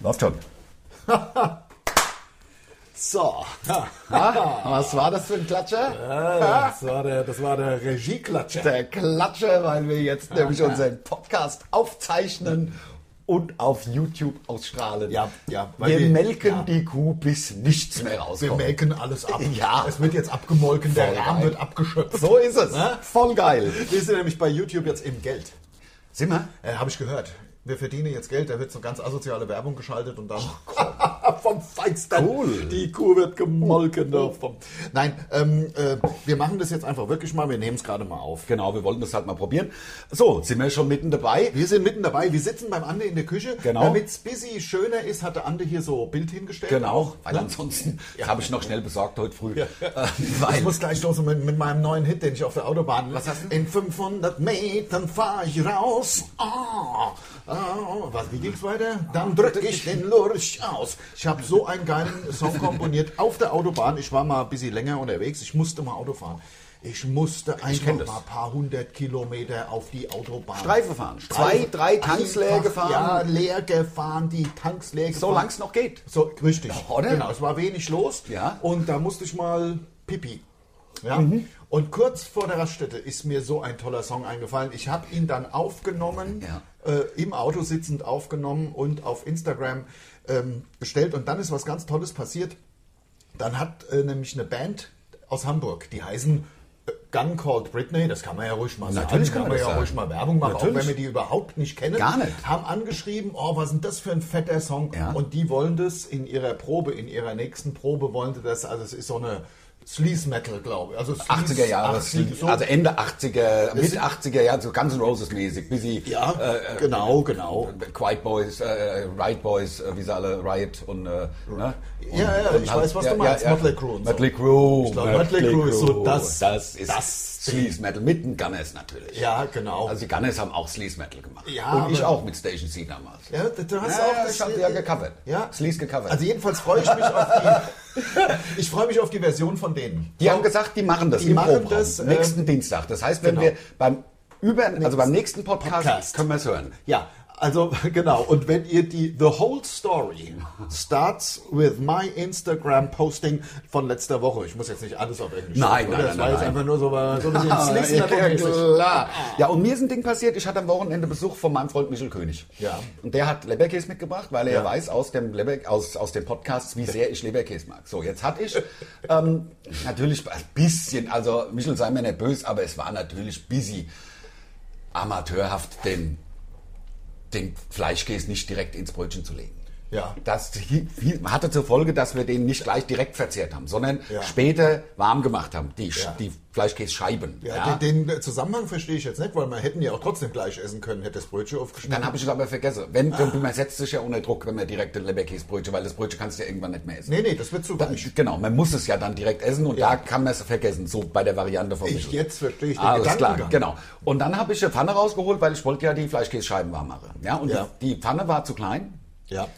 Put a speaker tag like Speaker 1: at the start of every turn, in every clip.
Speaker 1: Läuft schon.
Speaker 2: So.
Speaker 3: Na, Ah, was war das für ein Klatscher?
Speaker 2: Äh, Das war der, das war der Regieklatscher.
Speaker 3: Der Klatscher, weil wir jetzt nämlich unseren Podcast aufzeichnen und auf YouTube ausstrahlen.
Speaker 2: Ja, ja,
Speaker 3: Wir,
Speaker 2: weil wir-
Speaker 3: melken
Speaker 2: ja.
Speaker 3: die Kuh, bis nichts mehr
Speaker 2: Wir
Speaker 3: rauskommt.
Speaker 2: melken alles ab.
Speaker 3: Ja.
Speaker 2: Es wird jetzt abgemolken, der
Speaker 3: Voll
Speaker 2: Rahmen
Speaker 3: geil.
Speaker 2: wird abgeschöpft.
Speaker 3: So ist es. Voll geil.
Speaker 2: Wir sind nämlich bei YouTube jetzt im Geld.
Speaker 3: Sind wir?
Speaker 2: Äh, Habe ich gehört. Wir verdienen jetzt Geld, da wird so ganz asoziale Werbung geschaltet und dann vom Feinsten.
Speaker 3: Cool. Oh,
Speaker 2: Die Kuh wird gemolken. du Vom Nein, ähm, äh, wir machen das jetzt einfach wirklich mal. Wir nehmen es gerade mal auf.
Speaker 3: Genau, wir wollten das halt mal probieren. So, sind wir schon mitten dabei.
Speaker 2: Wir sind mitten dabei. Wir sitzen beim Ande in der Küche.
Speaker 3: Genau.
Speaker 2: Damit es busy schöner ist, hat der Ande hier so Bild hingestellt.
Speaker 3: Genau, weil
Speaker 2: Ne?
Speaker 3: ansonsten, das habe ich noch schnell besorgt heute früh. Äh,
Speaker 2: ich
Speaker 3: weil,
Speaker 2: muss gleich los mit, mit meinem neuen Hit, den ich auf der Autobahn. Was hast du? In 500 Metern fahre ich raus. Ah, ah, was, wie ging's weiter? Dann drücke ich den Lurch aus. Ich habe so einen geilen Song komponiert auf der Autobahn. Ich war mal ein bisschen länger unterwegs. Ich musste mal Auto fahren. Ich musste einfach
Speaker 3: kenn das.
Speaker 2: mal ein paar hundert Kilometer auf die Autobahn.
Speaker 3: Streife fahren.
Speaker 2: Streife.
Speaker 3: Zwei, drei Tanks leer
Speaker 2: Einfach,
Speaker 3: gefahren.
Speaker 2: Ja, leer gefahren, die Tanks leer gefahren.
Speaker 3: so lang es noch geht.
Speaker 2: So, richtig.
Speaker 3: oder?
Speaker 2: Genau, es war wenig los.
Speaker 3: Ja. Mhm.
Speaker 2: Und da musste ich mal pipi. Ja. Und kurz vor der Raststätte ist mir so ein toller Song eingefallen. Ich habe ihn dann aufgenommen,
Speaker 3: Ja.
Speaker 2: äh, im Auto sitzend aufgenommen und auf Instagram ähm, gestellt. Und dann ist was ganz Tolles passiert. Dann hat äh, nämlich eine Band aus Hamburg, die heißen äh, Gun Called Britney, das kann man ja ruhig mal
Speaker 3: Natürlich kann man
Speaker 2: sagen, man
Speaker 3: das
Speaker 2: ja
Speaker 3: sagen.
Speaker 2: ruhig mal Werbung machen,
Speaker 3: Natürlich.
Speaker 2: auch wenn wir die überhaupt nicht kennen.
Speaker 3: Gar nicht.
Speaker 2: Haben angeschrieben, oh, was ist denn das für ein fetter Song?
Speaker 3: Ja.
Speaker 2: Und die wollen das in ihrer Probe, in ihrer nächsten Probe wollen sie das, also es ist so eine Sleaze Metal, glaube ich. Also Sleaze-
Speaker 3: 80er Jahre,
Speaker 2: 80er, so
Speaker 3: also Ende 80er,
Speaker 2: Es
Speaker 3: Mitte
Speaker 2: sind-
Speaker 3: 80er Jahre, so Guns N' Roses mäßig, bis sie äh,
Speaker 2: Ja, genau, genau.
Speaker 3: Quiet Boys, äh, Riot Boys, äh, wie sie alle, Riot und, äh, ne? und
Speaker 2: Ja, ja,
Speaker 3: und halt-
Speaker 2: ich weiß, was du meinst, Mötley Crüe und so.
Speaker 3: Mötley Crüe.
Speaker 2: Ich glaub, Mötley Crüe ist so
Speaker 3: Crüe.
Speaker 2: das-
Speaker 3: das ist
Speaker 2: das
Speaker 3: Sleaze Metal, mit den Gunners natürlich.
Speaker 2: Ja, genau.
Speaker 3: Also die Gunners haben auch Sleaze Metal gemacht.
Speaker 2: Ja,
Speaker 3: und ich
Speaker 2: aber-
Speaker 3: auch mit Station C damals.
Speaker 2: ja, du du hast
Speaker 3: Ja,
Speaker 2: auch
Speaker 3: ja,
Speaker 2: das-
Speaker 3: ich hab die ja gecovert.
Speaker 2: Ja.
Speaker 3: Sleaze gecovert.
Speaker 2: Also jedenfalls freue ich mich auf die, ich freue mich auf die Version von denen.
Speaker 3: Die haben gesagt, die machen das
Speaker 2: Die
Speaker 3: im
Speaker 2: machen
Speaker 3: Proberaum,
Speaker 2: das, ähm,
Speaker 3: nächsten Dienstag. Das heißt, wenn
Speaker 2: genau.
Speaker 3: wir beim über, also beim nächsten Podcast,
Speaker 2: Podcast.
Speaker 3: können wir es hören.
Speaker 2: Ja, also genau. Und wenn ihr die The Whole Story starts with my Instagram Posting von letzter Woche. Ich muss jetzt nicht alles auf Englisch.
Speaker 3: Nein,
Speaker 2: sagen,
Speaker 3: nein,
Speaker 2: oder?
Speaker 3: nein,
Speaker 2: Das
Speaker 3: nein,
Speaker 2: war jetzt
Speaker 3: nein.
Speaker 2: einfach nur so, war so ein bisschen
Speaker 3: Ah,
Speaker 2: Sleaze
Speaker 3: ja,
Speaker 2: Metal-mäßig.
Speaker 3: klar.
Speaker 2: Ah.
Speaker 3: Ja, und mir ist ein Ding passiert. Ich hatte am Wochenende Besuch von meinem Freund Michel König.
Speaker 2: Ja.
Speaker 3: Und der hat Leberkäse mitgebracht, weil er
Speaker 2: Ja.
Speaker 3: ja. weiß aus dem, Leber, aus, aus dem Podcast, wie sehr ich Leberkäse mag. So, jetzt hatte ich ähm, natürlich ein bisschen, also Michel sei mir nicht böse, aber es war natürlich busy, amateurhaft den, den Fleischkäse nicht direkt ins Brötchen zu legen.
Speaker 2: Ja.
Speaker 3: Das hi- hi- hatte zur Folge, dass wir den nicht gleich direkt verzehrt haben, sondern
Speaker 2: Ja.
Speaker 3: später warm gemacht haben, die, Sch-
Speaker 2: Ja.
Speaker 3: die Fleischkäsescheiben.
Speaker 2: Ja,
Speaker 3: ja.
Speaker 2: Den, den Zusammenhang verstehe ich jetzt nicht, weil wir hätten ja auch trotzdem gleich essen können, hätte das Brötchen aufgeschnitten.
Speaker 3: Dann habe ich es aber vergessen. Wenn, dann, man setzt sich ja unter Druck, wenn man direkt den Leberkäsebrötchen, weil das Brötchen kannst du ja irgendwann nicht mehr essen.
Speaker 2: Nee, nee, das wird zu
Speaker 3: Da,
Speaker 2: weich.
Speaker 3: genau, man muss es ja dann direkt essen und
Speaker 2: Ja.
Speaker 3: da kann man es vergessen, so bei der Variante von
Speaker 2: Ich, jetzt verstehe ich den
Speaker 3: Alles klar,
Speaker 2: Gedankengang.
Speaker 3: genau. Und dann habe ich eine Pfanne rausgeholt, weil ich wollte ja die Fleischkäsescheiben warm machen. Ja, und
Speaker 2: Ja.
Speaker 3: Die, die Pfanne war zu klein.
Speaker 2: Ja.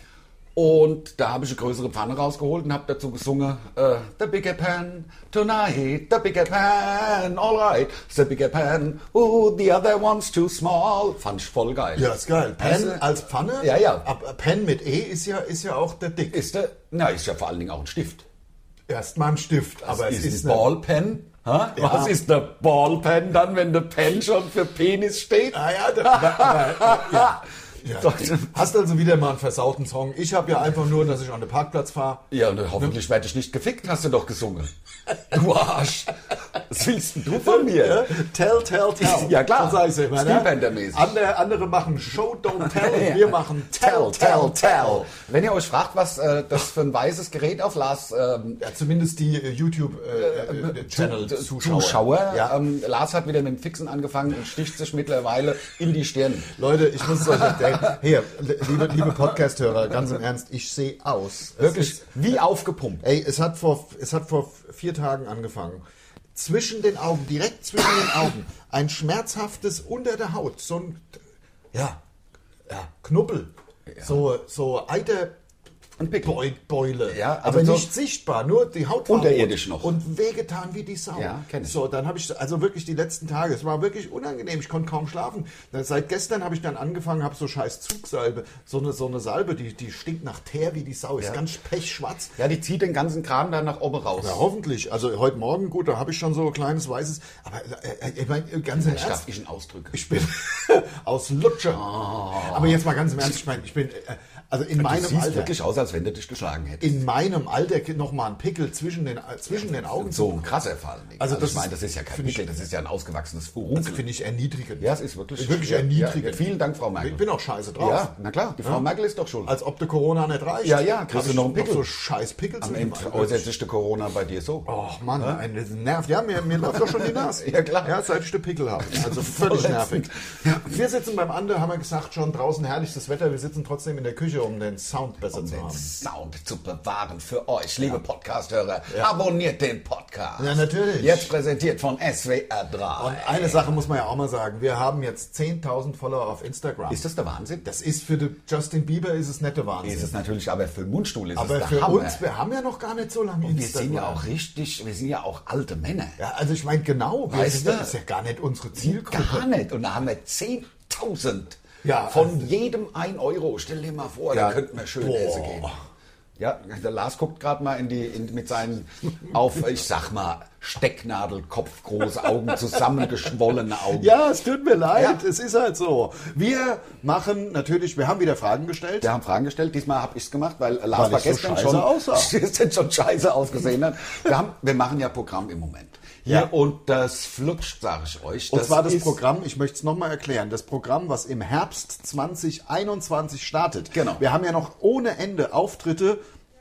Speaker 3: Und da habe ich eine größere Pfanne rausgeholt und habe dazu gesungen, äh, The Bigger Pan, tonight, the bigger pan, alright, the bigger pan, ooh, the other one's too small. Fand ich voll geil.
Speaker 2: Ja, ist geil.
Speaker 3: Weißt
Speaker 2: Pen
Speaker 3: du?
Speaker 2: als Pfanne?
Speaker 3: Also- Ja, ja.
Speaker 2: Ab- Pen mit E ist ja, ist ja auch der Dick.
Speaker 3: Ist der, na, ist ja vor allen Dingen auch ein Stift.
Speaker 2: Erstmal ein Stift, aber es ist,
Speaker 3: ein
Speaker 2: eine-
Speaker 3: Ballpen. Ha?
Speaker 2: Ja.
Speaker 3: Was ist der Ballpen dann, wenn der Pen schon für Penis steht?
Speaker 2: Ah ja, da, aber, aber, ja. Ja.
Speaker 3: Doch.
Speaker 2: Hast also wieder mal einen versauten Song. Ich habe ja einfach nur, dass ich an den Parkplatz fahre.
Speaker 3: Ja, und hoffentlich werde ich nicht gefickt, hast du doch gesungen. Du Arsch. Was willst denn du von mir?
Speaker 2: Tell, tell, tell.
Speaker 3: Ja, klar.
Speaker 2: So sag ich's immer, ne?
Speaker 3: Steelbender-mäßig.
Speaker 2: Andere, andere machen Show, don't tell.
Speaker 3: Ja.
Speaker 2: Wir machen tell, tell, tell.
Speaker 3: Wenn ihr euch fragt, was äh, das für ein weißes Gerät auf Lars ähm,
Speaker 2: Ja, zumindest die äh, YouTube-Channel-Zuschauer.
Speaker 3: Zuschauer,
Speaker 2: äh, ja.
Speaker 3: ähm, Lars hat wieder mit dem Fixen angefangen und sticht sich mittlerweile in die Stirn.
Speaker 2: Leute, ich muss es euch erzählen. Hier, liebe, liebe Podcast-Hörer, ganz im Ernst, ich sehe aus. Es
Speaker 3: Wirklich
Speaker 2: Ist,
Speaker 3: wie aufgepumpt.
Speaker 2: ey, es hat, vor, es hat vor vier Tagen angefangen. Zwischen den Augen, direkt zwischen den Augen, ein schmerzhaftes unter der Haut, so ein ja, ja, Knubbel, so, so alter
Speaker 3: Ein Pickel.
Speaker 2: Beu Beule.
Speaker 3: Ja, also
Speaker 2: aber
Speaker 3: so
Speaker 2: nicht sichtbar, nur die Haut. war
Speaker 3: Unterirdisch
Speaker 2: rot
Speaker 3: noch.
Speaker 2: Und wehgetan wie die Sau.
Speaker 3: Ja, kenn ich.
Speaker 2: So, dann habe ich, also wirklich die letzten Tage, es war wirklich unangenehm, ich konnte kaum schlafen. Dann, seit gestern habe ich dann angefangen, habe so scheiß Zugsalbe, so eine, so eine Salbe, die, die stinkt nach Teer wie die Sau, ist
Speaker 3: Ja.
Speaker 2: ganz pechschwarz.
Speaker 3: Ja, die zieht den ganzen Kram dann nach oben raus.
Speaker 2: Ja, hoffentlich. Also heute Morgen, gut, da habe ich schon so ein kleines weißes, aber äh, äh, ich meine, ganz im
Speaker 3: Ich
Speaker 2: Ernst,
Speaker 3: darf ich einen Ausdruck.
Speaker 2: ich bin aus Lutsche. Aber jetzt mal ganz im Ernst, ich meine, ich bin, äh, also in
Speaker 3: Ah. Du
Speaker 2: meinem
Speaker 3: siehst
Speaker 2: Alter,
Speaker 3: wirklich aus, als wenn du dich geschlagen hättest.
Speaker 2: in meinem Alter noch mal ein Pickel zwischen den, äh, zwischen den Augen zu
Speaker 3: So ein krasser Fall.
Speaker 2: Also das
Speaker 3: ich meine, das
Speaker 2: ist-
Speaker 3: ist ja kein
Speaker 2: find ich-
Speaker 3: Pickel, das ist ja ein ausgewachsenes Furunkel.
Speaker 2: finde ich erniedrigend.
Speaker 3: ja, es ist wirklich,
Speaker 2: wirklich
Speaker 3: ja,
Speaker 2: erniedrigend.
Speaker 3: Ja, ja, vielen Dank, Frau Merkel.
Speaker 2: Ich bin Also auch scheiße drauf.
Speaker 3: ja, na klar, die Frau Merkel ist doch schuld.
Speaker 2: Als ob der Corona nicht reicht.
Speaker 3: Ja, ja,
Speaker 2: Hab
Speaker 3: kriegst du
Speaker 2: ich
Speaker 3: noch einen Pickel.
Speaker 2: so scheiß Pickel
Speaker 3: Am
Speaker 2: zwischen
Speaker 3: Ende
Speaker 2: den Augen.
Speaker 3: äußert sich der Corona bei dir so.
Speaker 2: Och Mann, ein, das nervt. Ja, mir, mir läuft doch schon die Nase.
Speaker 3: Ja, klar.
Speaker 2: Ja, seit ich den Pickel habe. Also völlig nervig. Ja. Wir sitzen beim Ander, haben wir gesagt, schon draußen herrliches Wetter. Wir sitzen trotzdem in der Küche, um den Sound besser zu
Speaker 3: den
Speaker 2: haben.
Speaker 3: Sound zu bewahren für euch, liebe Podcasthörer. Abonniert den Podcast.
Speaker 2: Ja, natürlich.
Speaker 3: Jetzt präsentiert von SWR 3.
Speaker 2: Und eine Sache muss man ja auch mal sagen. Wir haben jetzt 10.000 Follower auf Instagram.
Speaker 3: ist das der Wahnsinn?
Speaker 2: das ist für den Justin Bieber ist es nette Wahnsinn.
Speaker 3: ist es natürlich, aber für den Mundstuhl ist es
Speaker 2: Aber
Speaker 3: der
Speaker 2: für
Speaker 3: Hammer.
Speaker 2: uns, wir haben ja noch gar nicht so lange
Speaker 3: wir sind ja auch richtig, wir sind ja auch alte Männer.
Speaker 2: Ja, also ich meine, genau, wir
Speaker 3: Weißt
Speaker 2: sind, das
Speaker 3: du?
Speaker 2: ist ja gar nicht unsere Zielgruppe.
Speaker 3: Gar nicht. Und da haben wir 10.000
Speaker 2: Ja,
Speaker 3: von
Speaker 2: also-
Speaker 3: jedem 1 Euro. Stell dir mal vor,
Speaker 2: Ja,
Speaker 3: da könnten wir schön
Speaker 2: boah.
Speaker 3: essen gehen. Ja, der Lars guckt gerade mal in die, in, mit seinen auf, ich sag mal, Stecknadelkopf, große Augen, zusammengeschwollene Augen.
Speaker 2: Ja, es tut mir leid,
Speaker 3: Ja.
Speaker 2: es ist halt so. Wir machen natürlich, wir haben wieder Fragen gestellt.
Speaker 3: Wir haben Fragen gestellt. Diesmal habe ich es gemacht, weil Lars
Speaker 2: ich
Speaker 3: war
Speaker 2: so
Speaker 3: gestern,
Speaker 2: scheiße aussah.
Speaker 3: schon, gestern schon scheiße ausgesehen hat. Wir, haben, wir machen ja Programm im Moment. Hier
Speaker 2: Ja.
Speaker 3: und das flutscht, sage ich euch.
Speaker 2: Und zwar das
Speaker 3: ist-
Speaker 2: Programm, ich möchte es nochmal erklären, das Programm, was im Herbst 2021 startet.
Speaker 3: Genau.
Speaker 2: Wir haben ja noch ohne Ende Auftritte,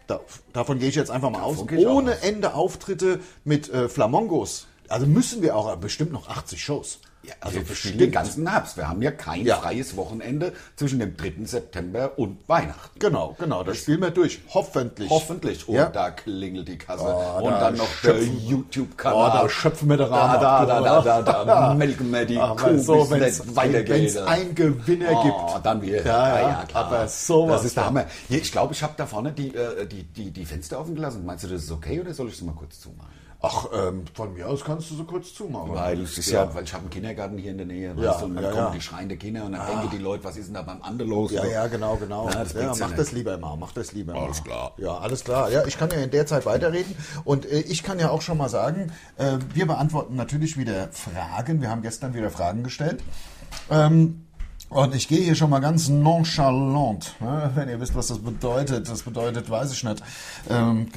Speaker 2: da, davon gehe ich jetzt einfach mal
Speaker 3: Davon gehe
Speaker 2: aus,
Speaker 3: ich auch
Speaker 2: ohne
Speaker 3: aus.
Speaker 2: Ende Auftritte mit äh, Flamongos. Also müssen wir auch äh, bestimmt noch 80 Shows.
Speaker 3: Ja, also wir spielen den ganzen Herbst. Wir haben ja kein
Speaker 2: Ja.
Speaker 3: freies Wochenende zwischen dem 3. September und Weihnachten.
Speaker 2: Genau, genau, das spielen wir durch. Hoffentlich.
Speaker 3: Hoffentlich. Und
Speaker 2: Ja.
Speaker 3: da klingelt die Kasse.
Speaker 2: Oh,
Speaker 3: und
Speaker 2: da
Speaker 3: dann noch der
Speaker 2: schöpfen-
Speaker 3: YouTube-Kanal.
Speaker 2: Oh, da schöpfen wir den Rahmen
Speaker 3: Da,
Speaker 2: ab,
Speaker 3: da, da,
Speaker 2: oder?
Speaker 3: da, da, da. Melken wir die
Speaker 2: Aber
Speaker 3: Kuh,
Speaker 2: Ah, so,
Speaker 3: bis
Speaker 2: wenn's-
Speaker 3: nicht weitergeht.
Speaker 2: wenn's einen Gewinner
Speaker 3: oh,
Speaker 2: gibt.
Speaker 3: dann wir.
Speaker 2: Ja, ja,
Speaker 3: klar.
Speaker 2: aber sowas
Speaker 3: Das ist der Hammer. Hier, ich glaube, ich habe da vorne die, äh, die, die, die Fenster offen gelassen. Meinst du, das ist okay oder soll ich es mal kurz zumachen?
Speaker 2: Ach, ähm, von mir aus kannst du so kurz zumachen.
Speaker 3: Weil es ist ja, weil ich habe einen Kindergarten hier in der Nähe, weißt
Speaker 2: Ja,
Speaker 3: du, und dann
Speaker 2: ja,
Speaker 3: kommen
Speaker 2: ja. Ah.
Speaker 3: die schreiende Kinder und dann denken die Leute, was ist denn da beim anderen los?
Speaker 2: Ja, ja, genau, genau.
Speaker 3: Na, das
Speaker 2: ja,
Speaker 3: bringt's ja
Speaker 2: mach
Speaker 3: nicht.
Speaker 2: das lieber mal, mach das lieber mal.
Speaker 3: Alles klar.
Speaker 2: Ja, alles klar. Ja, ich kann ja in der Zeit weiterreden. Und äh, ich kann ja auch schon mal sagen, äh, wir beantworten natürlich wieder Fragen. Wir haben gestern wieder Fragen gestellt. Ähm, und ich gehe hier schon mal ganz nonchalant, ne? wenn ihr wisst, was das bedeutet. Das bedeutet, weiß ich nicht. Ähm,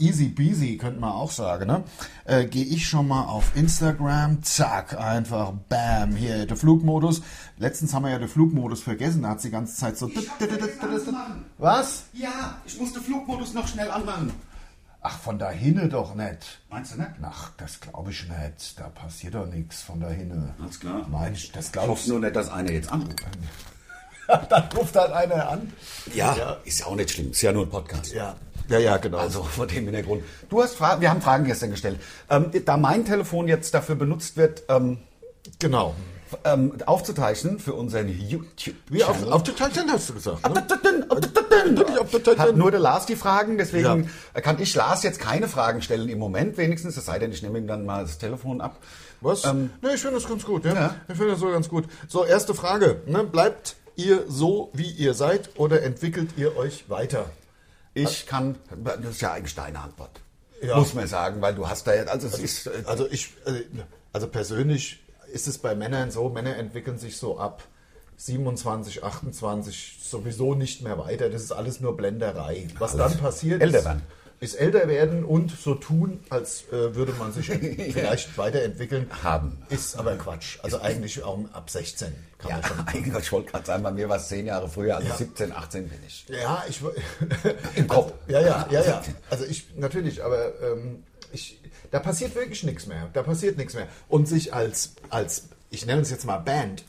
Speaker 2: easy peasy könnte man auch sagen. Ne? Äh, gehe ich schon mal auf Instagram, zack, einfach bam, hier der Flugmodus. Letztens haben wir ja den Flugmodus vergessen, da hat die ganze Zeit so... Was?
Speaker 3: Ja, ich muss den Flugmodus noch schnell anmachen.
Speaker 2: Ach, von da hinne doch nicht.
Speaker 3: Meinst du ne? nicht?
Speaker 2: Ach, das glaube ich nicht. Da passiert doch nichts von da hinne.
Speaker 3: Alles klar.
Speaker 2: Nein, ich- das
Speaker 3: Ich
Speaker 2: glaubst
Speaker 3: hoffe nur nicht, dass einer jetzt anruft.
Speaker 2: du. Dann ruft halt einer an.
Speaker 3: Ja, ist ja auch nicht schlimm. Ist ja nur ein Podcast.
Speaker 2: Ja. Ja, ja, genau.
Speaker 3: Also vor dem Hintergrund. Du hast Fragen, wir haben Fragen gestern gestellt. Ähm, da mein Telefon jetzt dafür benutzt wird, ähm,
Speaker 2: genau.
Speaker 3: f- ähm, aufzuzeichnen für unseren YouTube.
Speaker 2: Wie auf, auf den Titan hast du gesagt. Ne?
Speaker 3: Hat nur der Lars die Fragen, deswegen kann ich Lars jetzt keine Fragen stellen im Moment wenigstens, es sei denn, ich nehme ihm dann mal das Telefon ab.
Speaker 2: Was?
Speaker 3: Ähm,
Speaker 2: ne, ich finde das ganz gut. Ja? Ich finde das so ganz gut. So, erste Frage. Ne? Bleibt ihr so, wie ihr seid oder entwickelt ihr euch weiter?
Speaker 3: Ich kann, das ist ja eigentlich deine Antwort.
Speaker 2: Ja.
Speaker 3: Muss man sagen, weil du hast da jetzt, also es ist, äh,
Speaker 2: Also ich, äh, also persönlich ist es bei Männern so, Männer entwickeln sich so ab 27, 28 sowieso nicht mehr weiter. Das ist alles nur Blenderei. Was dann passiert
Speaker 3: Älter
Speaker 2: ist,
Speaker 3: werden.
Speaker 2: ist älter werden und so tun, als äh, würde man sich vielleicht weiterentwickeln.
Speaker 3: Haben.
Speaker 2: Ist aber Quatsch. Also eigentlich auch ab 16 kann
Speaker 3: ja,
Speaker 2: man schon.
Speaker 3: eigentlich, ich wollte gerade sagen, bei mir war es zehn Jahre früher, also
Speaker 2: Ja.
Speaker 3: 17, 18 bin ich.
Speaker 2: Ja, ich. wo-
Speaker 3: Im Kopf.
Speaker 2: Ja, ja, ja, ja. Also ich, natürlich, aber ähm, ich, da passiert wirklich nichts mehr. Da passiert nichts mehr. Und sich als, als, ich nenne es jetzt mal Band,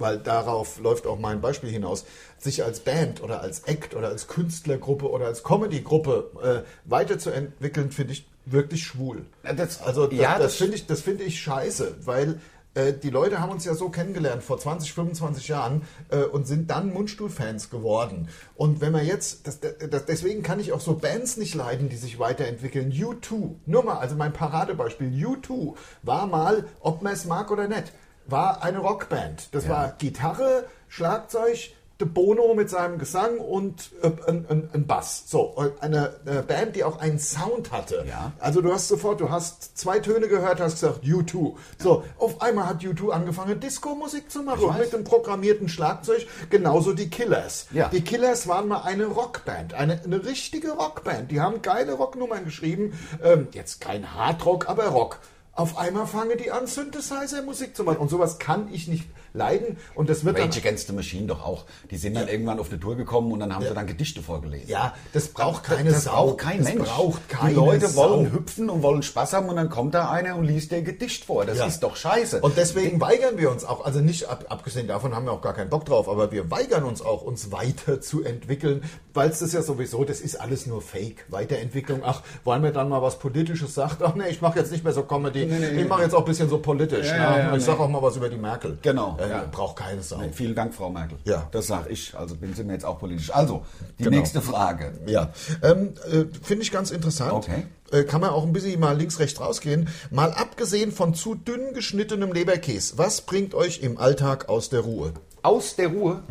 Speaker 2: weil darauf läuft auch mein Beispiel hinaus, sich als Band oder als Act oder als Künstlergruppe oder als Comedy-Gruppe äh, weiterzuentwickeln, finde ich wirklich schwul.
Speaker 3: Ja, das-
Speaker 2: also das,
Speaker 3: ja,
Speaker 2: das,
Speaker 3: das-
Speaker 2: finde ich, das finde ich scheiße, weil Äh, die Leute haben uns ja so kennengelernt vor 20, 25 Jahren äh, und sind dann Mundstuhlfans geworden. Und wenn man jetzt, das, das, deswegen kann ich auch so Bands nicht leiden, die sich weiterentwickeln. U2, nur mal, also mein Paradebeispiel, U2 war mal, ob man es mag oder nicht, war eine Rockband. Das
Speaker 3: Ja.
Speaker 2: war Gitarre, Schlagzeug, De Bono mit seinem Gesang und äh, ein, ein, ein Bass. So, und eine äh, Band, die auch einen Sound hatte.
Speaker 3: Ja.
Speaker 2: Also du hast sofort, du hast zwei Töne gehört, hast gesagt, U2. So, auf einmal hat U2 angefangen, Disco-Musik zu machen
Speaker 3: Ich weiß.
Speaker 2: mit dem programmierten Schlagzeug. Genauso die Killers.
Speaker 3: Ja.
Speaker 2: Die Killers waren mal eine Rockband, eine, eine richtige Rockband. Die haben geile Rocknummern geschrieben. Ähm, jetzt kein Hardrock, aber Rock. Auf einmal fangen die an, Synthesizer-Musik zu machen. Und sowas kann ich nicht leiden. Und das wird dann
Speaker 3: Rage Against the Machine doch auch. Die sind dann irgendwann auf eine Tour gekommen und dann haben sie dann Gedichte vorgelesen.
Speaker 2: Ja, das braucht keine
Speaker 3: das
Speaker 2: Sau.
Speaker 3: braucht kein
Speaker 2: das
Speaker 3: Mensch.
Speaker 2: braucht keine
Speaker 3: die Leute
Speaker 2: Sau.
Speaker 3: wollen hüpfen und wollen Spaß haben und dann kommt da einer und liest dir ein Gedicht vor. Das
Speaker 2: Ja.
Speaker 3: ist doch scheiße.
Speaker 2: Und deswegen weigern wir uns auch, also nicht ab, abgesehen davon haben wir auch gar keinen Bock drauf, aber wir weigern uns auch, uns weiterzuentwickeln, weil es das ja sowieso, das ist alles nur Fake. Weiterentwicklung, ach, wollen wir dann mal was Politisches sagt, ach nee, ich mache jetzt nicht mehr so Comedy,
Speaker 3: nee,
Speaker 2: ich mache jetzt auch ein bisschen so politisch.
Speaker 3: Ja,
Speaker 2: ne?
Speaker 3: ja, ja,
Speaker 2: ich sage
Speaker 3: nee.
Speaker 2: auch mal was über die Merkel.
Speaker 3: Genau,
Speaker 2: Äh,
Speaker 3: ja.
Speaker 2: Braucht keine Sau.
Speaker 3: Vielen Dank, Frau Merkel.
Speaker 2: Ja.
Speaker 3: Das sage ich. Also bin sind wir jetzt auch politisch. Also, die
Speaker 2: Genau.
Speaker 3: nächste Frage.
Speaker 2: Ja, ähm, äh, finde ich ganz interessant.
Speaker 3: Okay.
Speaker 2: Äh, kann man auch ein bisschen mal links, rechts rausgehen. Mal abgesehen von zu dünn geschnittenem Leberkäse, was bringt euch im Alltag aus der Ruhe?
Speaker 3: Aus der Ruhe.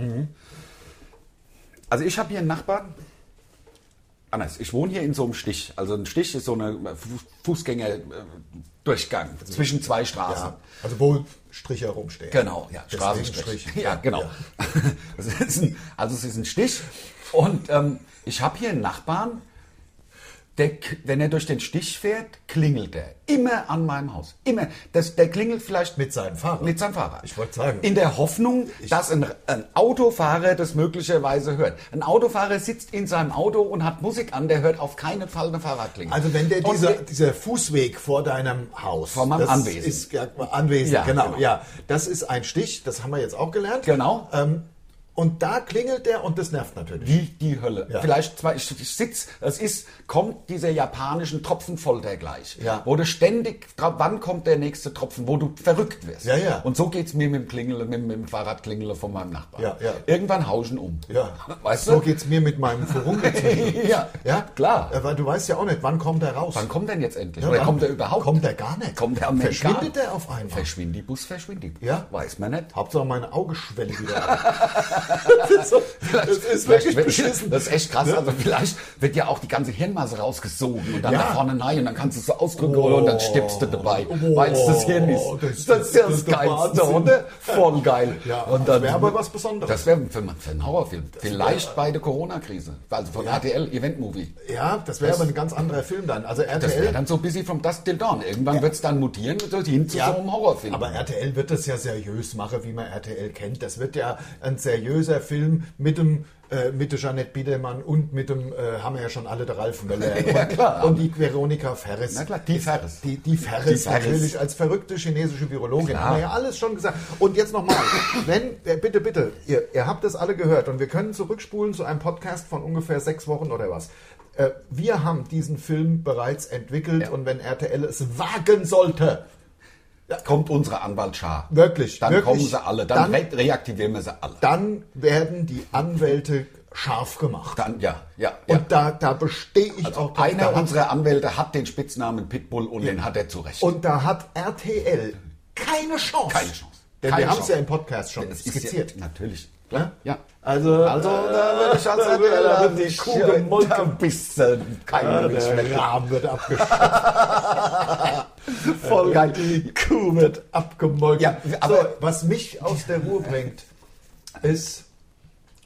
Speaker 3: Also ich habe hier einen Nachbarn. Anders, ich wohne hier in so einem Stich. Also ein Stich ist so eine Fu- Fußgängerdurchgang zwischen zwei Straßen.
Speaker 2: Also wo Striche rumstehen.
Speaker 3: Genau, ja,
Speaker 2: Deswegen
Speaker 3: Straßenstrich.
Speaker 2: Strich.
Speaker 3: Ja, genau. Das ist ein, also es ist ein Stich. Und ähm, ich habe hier einen Nachbarn, der, k- wenn er durch den Stich fährt, klingelt er. Immer an meinem Haus. Immer. Das, der klingelt vielleicht
Speaker 2: Mit seinem Fahrrad.
Speaker 3: Mit seinem Fahrrad.
Speaker 2: Ich wollte sagen.
Speaker 3: In der Hoffnung, dass ein, ein Autofahrer das möglicherweise hört. Ein Autofahrer sitzt in seinem Auto und hat Musik an, der hört auf keinen Fall eine Fahrradklingel.
Speaker 2: Also wenn der
Speaker 3: Und
Speaker 2: dieser,
Speaker 3: der-
Speaker 2: dieser Fußweg vor deinem Haus,
Speaker 3: Vor meinem
Speaker 2: das
Speaker 3: Anwesen.
Speaker 2: ist ja, Anwesen,
Speaker 3: Ja,
Speaker 2: genau,
Speaker 3: genau.
Speaker 2: ja, das ist ein Stich, das haben wir jetzt auch gelernt.
Speaker 3: Genau.
Speaker 2: Ähm, und da klingelt der und das nervt natürlich.
Speaker 3: wie die Hölle.
Speaker 2: Ja.
Speaker 3: Vielleicht zwei, ich, ich sitz, es ist, kommt dieser japanischen Tropfenfolter gleich.
Speaker 2: Ja.
Speaker 3: Wo du ständig, drauf- wann kommt der nächste Tropfen, wo du verrückt wirst.
Speaker 2: Ja, ja.
Speaker 3: Und so geht's mir mit dem Klingel, mit, mit dem Fahrradklingel von meinem Nachbarn.
Speaker 2: Ja, ja.
Speaker 3: Irgendwann hauschen um.
Speaker 2: Ja,
Speaker 3: Weißt
Speaker 2: so
Speaker 3: du?
Speaker 2: geht's mir mit meinem Furunkel.
Speaker 3: ja.
Speaker 2: Ja,
Speaker 3: klar.
Speaker 2: Äh, Weil du weißt ja auch nicht, wann kommt er raus.
Speaker 3: Wann kommt denn jetzt endlich?
Speaker 2: Ja,
Speaker 3: Oder
Speaker 2: wann-
Speaker 3: kommt er überhaupt?
Speaker 2: Kommt er gar nicht.
Speaker 3: Kommt der am Ende gar
Speaker 2: Verschwindet
Speaker 3: nicht?
Speaker 2: er auf einmal.
Speaker 3: Verschwindet die Bus, verschwindet die.
Speaker 2: Ja.
Speaker 3: Weiß man nicht.
Speaker 2: Hauptsache meine Augenschwelle wieder. ab. das ist, so, das ist
Speaker 3: Vielleicht
Speaker 2: wirklich
Speaker 3: wird-
Speaker 2: beschissen.
Speaker 3: Das ist echt krass. Also vielleicht wird ja auch die ganze Hirnmasse rausgesogen und dann
Speaker 2: Ja.
Speaker 3: nach vorne rein und dann kannst du so Ausdrücke holen und dann stirbst du dabei,
Speaker 2: Oh.
Speaker 3: weil es das Hirn ist.
Speaker 2: Das-
Speaker 3: Das,
Speaker 2: das-
Speaker 3: ist ja
Speaker 2: das
Speaker 3: das
Speaker 2: ist der
Speaker 3: Geilste,
Speaker 2: Wahnsinn.
Speaker 3: oder? Voll geil.
Speaker 2: Ja,
Speaker 3: und
Speaker 2: das
Speaker 3: dann-
Speaker 2: wäre aber was Besonderes.
Speaker 3: Das wäre für, für einen Horrorfilm. Vielleicht bei der Corona-Krise. Also von RTL, Event-Movie.
Speaker 2: Ja, das wäre aber ein ganz anderer Film dann. Also
Speaker 3: Das wäre
Speaker 2: RTL,
Speaker 3: dann so busy from dusk till dawn. Irgendwann wird es dann mutieren und so hin zu
Speaker 2: Ja,
Speaker 3: so einem Horrorfilm.
Speaker 2: aber RTL wird das ja seriös machen, wie man RTL kennt. Das wird ja ein seriöser Film mit dem äh, mit der Jeanette Biedermann und mit dem, äh, haben wir ja schon alle der Ralf Möller
Speaker 3: Ja,
Speaker 2: und,
Speaker 3: klar.
Speaker 2: und die Veronika Ferris.
Speaker 3: Na klar, die Ferris.
Speaker 2: Die, die Ferris,
Speaker 3: Die Ferris.
Speaker 2: natürlich als verrückte chinesische Virologin.
Speaker 3: Klar.
Speaker 2: Haben wir ja alles schon gesagt. Und jetzt nochmal, wenn, äh, bitte, bitte, ihr, ihr habt das alle gehört und wir können zurückspulen zu einem Podcast von ungefähr sechs Wochen oder was. Äh, Wir haben diesen Film bereits entwickelt
Speaker 3: Ja.
Speaker 2: und wenn RTL es wagen sollte,
Speaker 3: kommt unsere Anwaltsschar.
Speaker 2: Wirklich,
Speaker 3: Dann
Speaker 2: wirklich.
Speaker 3: kommen sie alle. Dann,
Speaker 2: Dann-
Speaker 3: re reaktivieren wir sie alle.
Speaker 2: dann werden die Anwälte scharf gemacht.
Speaker 3: Dann, ja, ja, ja. Also,
Speaker 2: Und da, da bestehe ich auch drauf.
Speaker 3: Einer
Speaker 2: da hat,
Speaker 3: unserer Anwälte hat den Spitznamen Pitbull und den hat er zu Recht.
Speaker 2: und da hat RTL keine Chance.
Speaker 3: Keine Chance.
Speaker 2: Denn
Speaker 3: Keine
Speaker 2: wir haben es
Speaker 3: Chance.
Speaker 2: ja im Podcast schon
Speaker 3: Das ist
Speaker 2: skizziert.
Speaker 3: Ja, natürlich.
Speaker 2: Ne?
Speaker 3: Ja.
Speaker 2: Also,
Speaker 3: Also, da würde ich als
Speaker 2: da würde
Speaker 3: RTL
Speaker 2: er
Speaker 3: an
Speaker 2: die
Speaker 3: die
Speaker 2: Kuh gemolken.
Speaker 3: ein bisschen keine Milch
Speaker 2: der
Speaker 3: mehr.
Speaker 2: Rahmen wird abgeschafft.
Speaker 3: Voll geil.
Speaker 2: Die Kuh wird abgemolken.
Speaker 3: Ja,
Speaker 2: aber
Speaker 3: aber-
Speaker 2: so, was mich aus der Ruhe bringt, ist,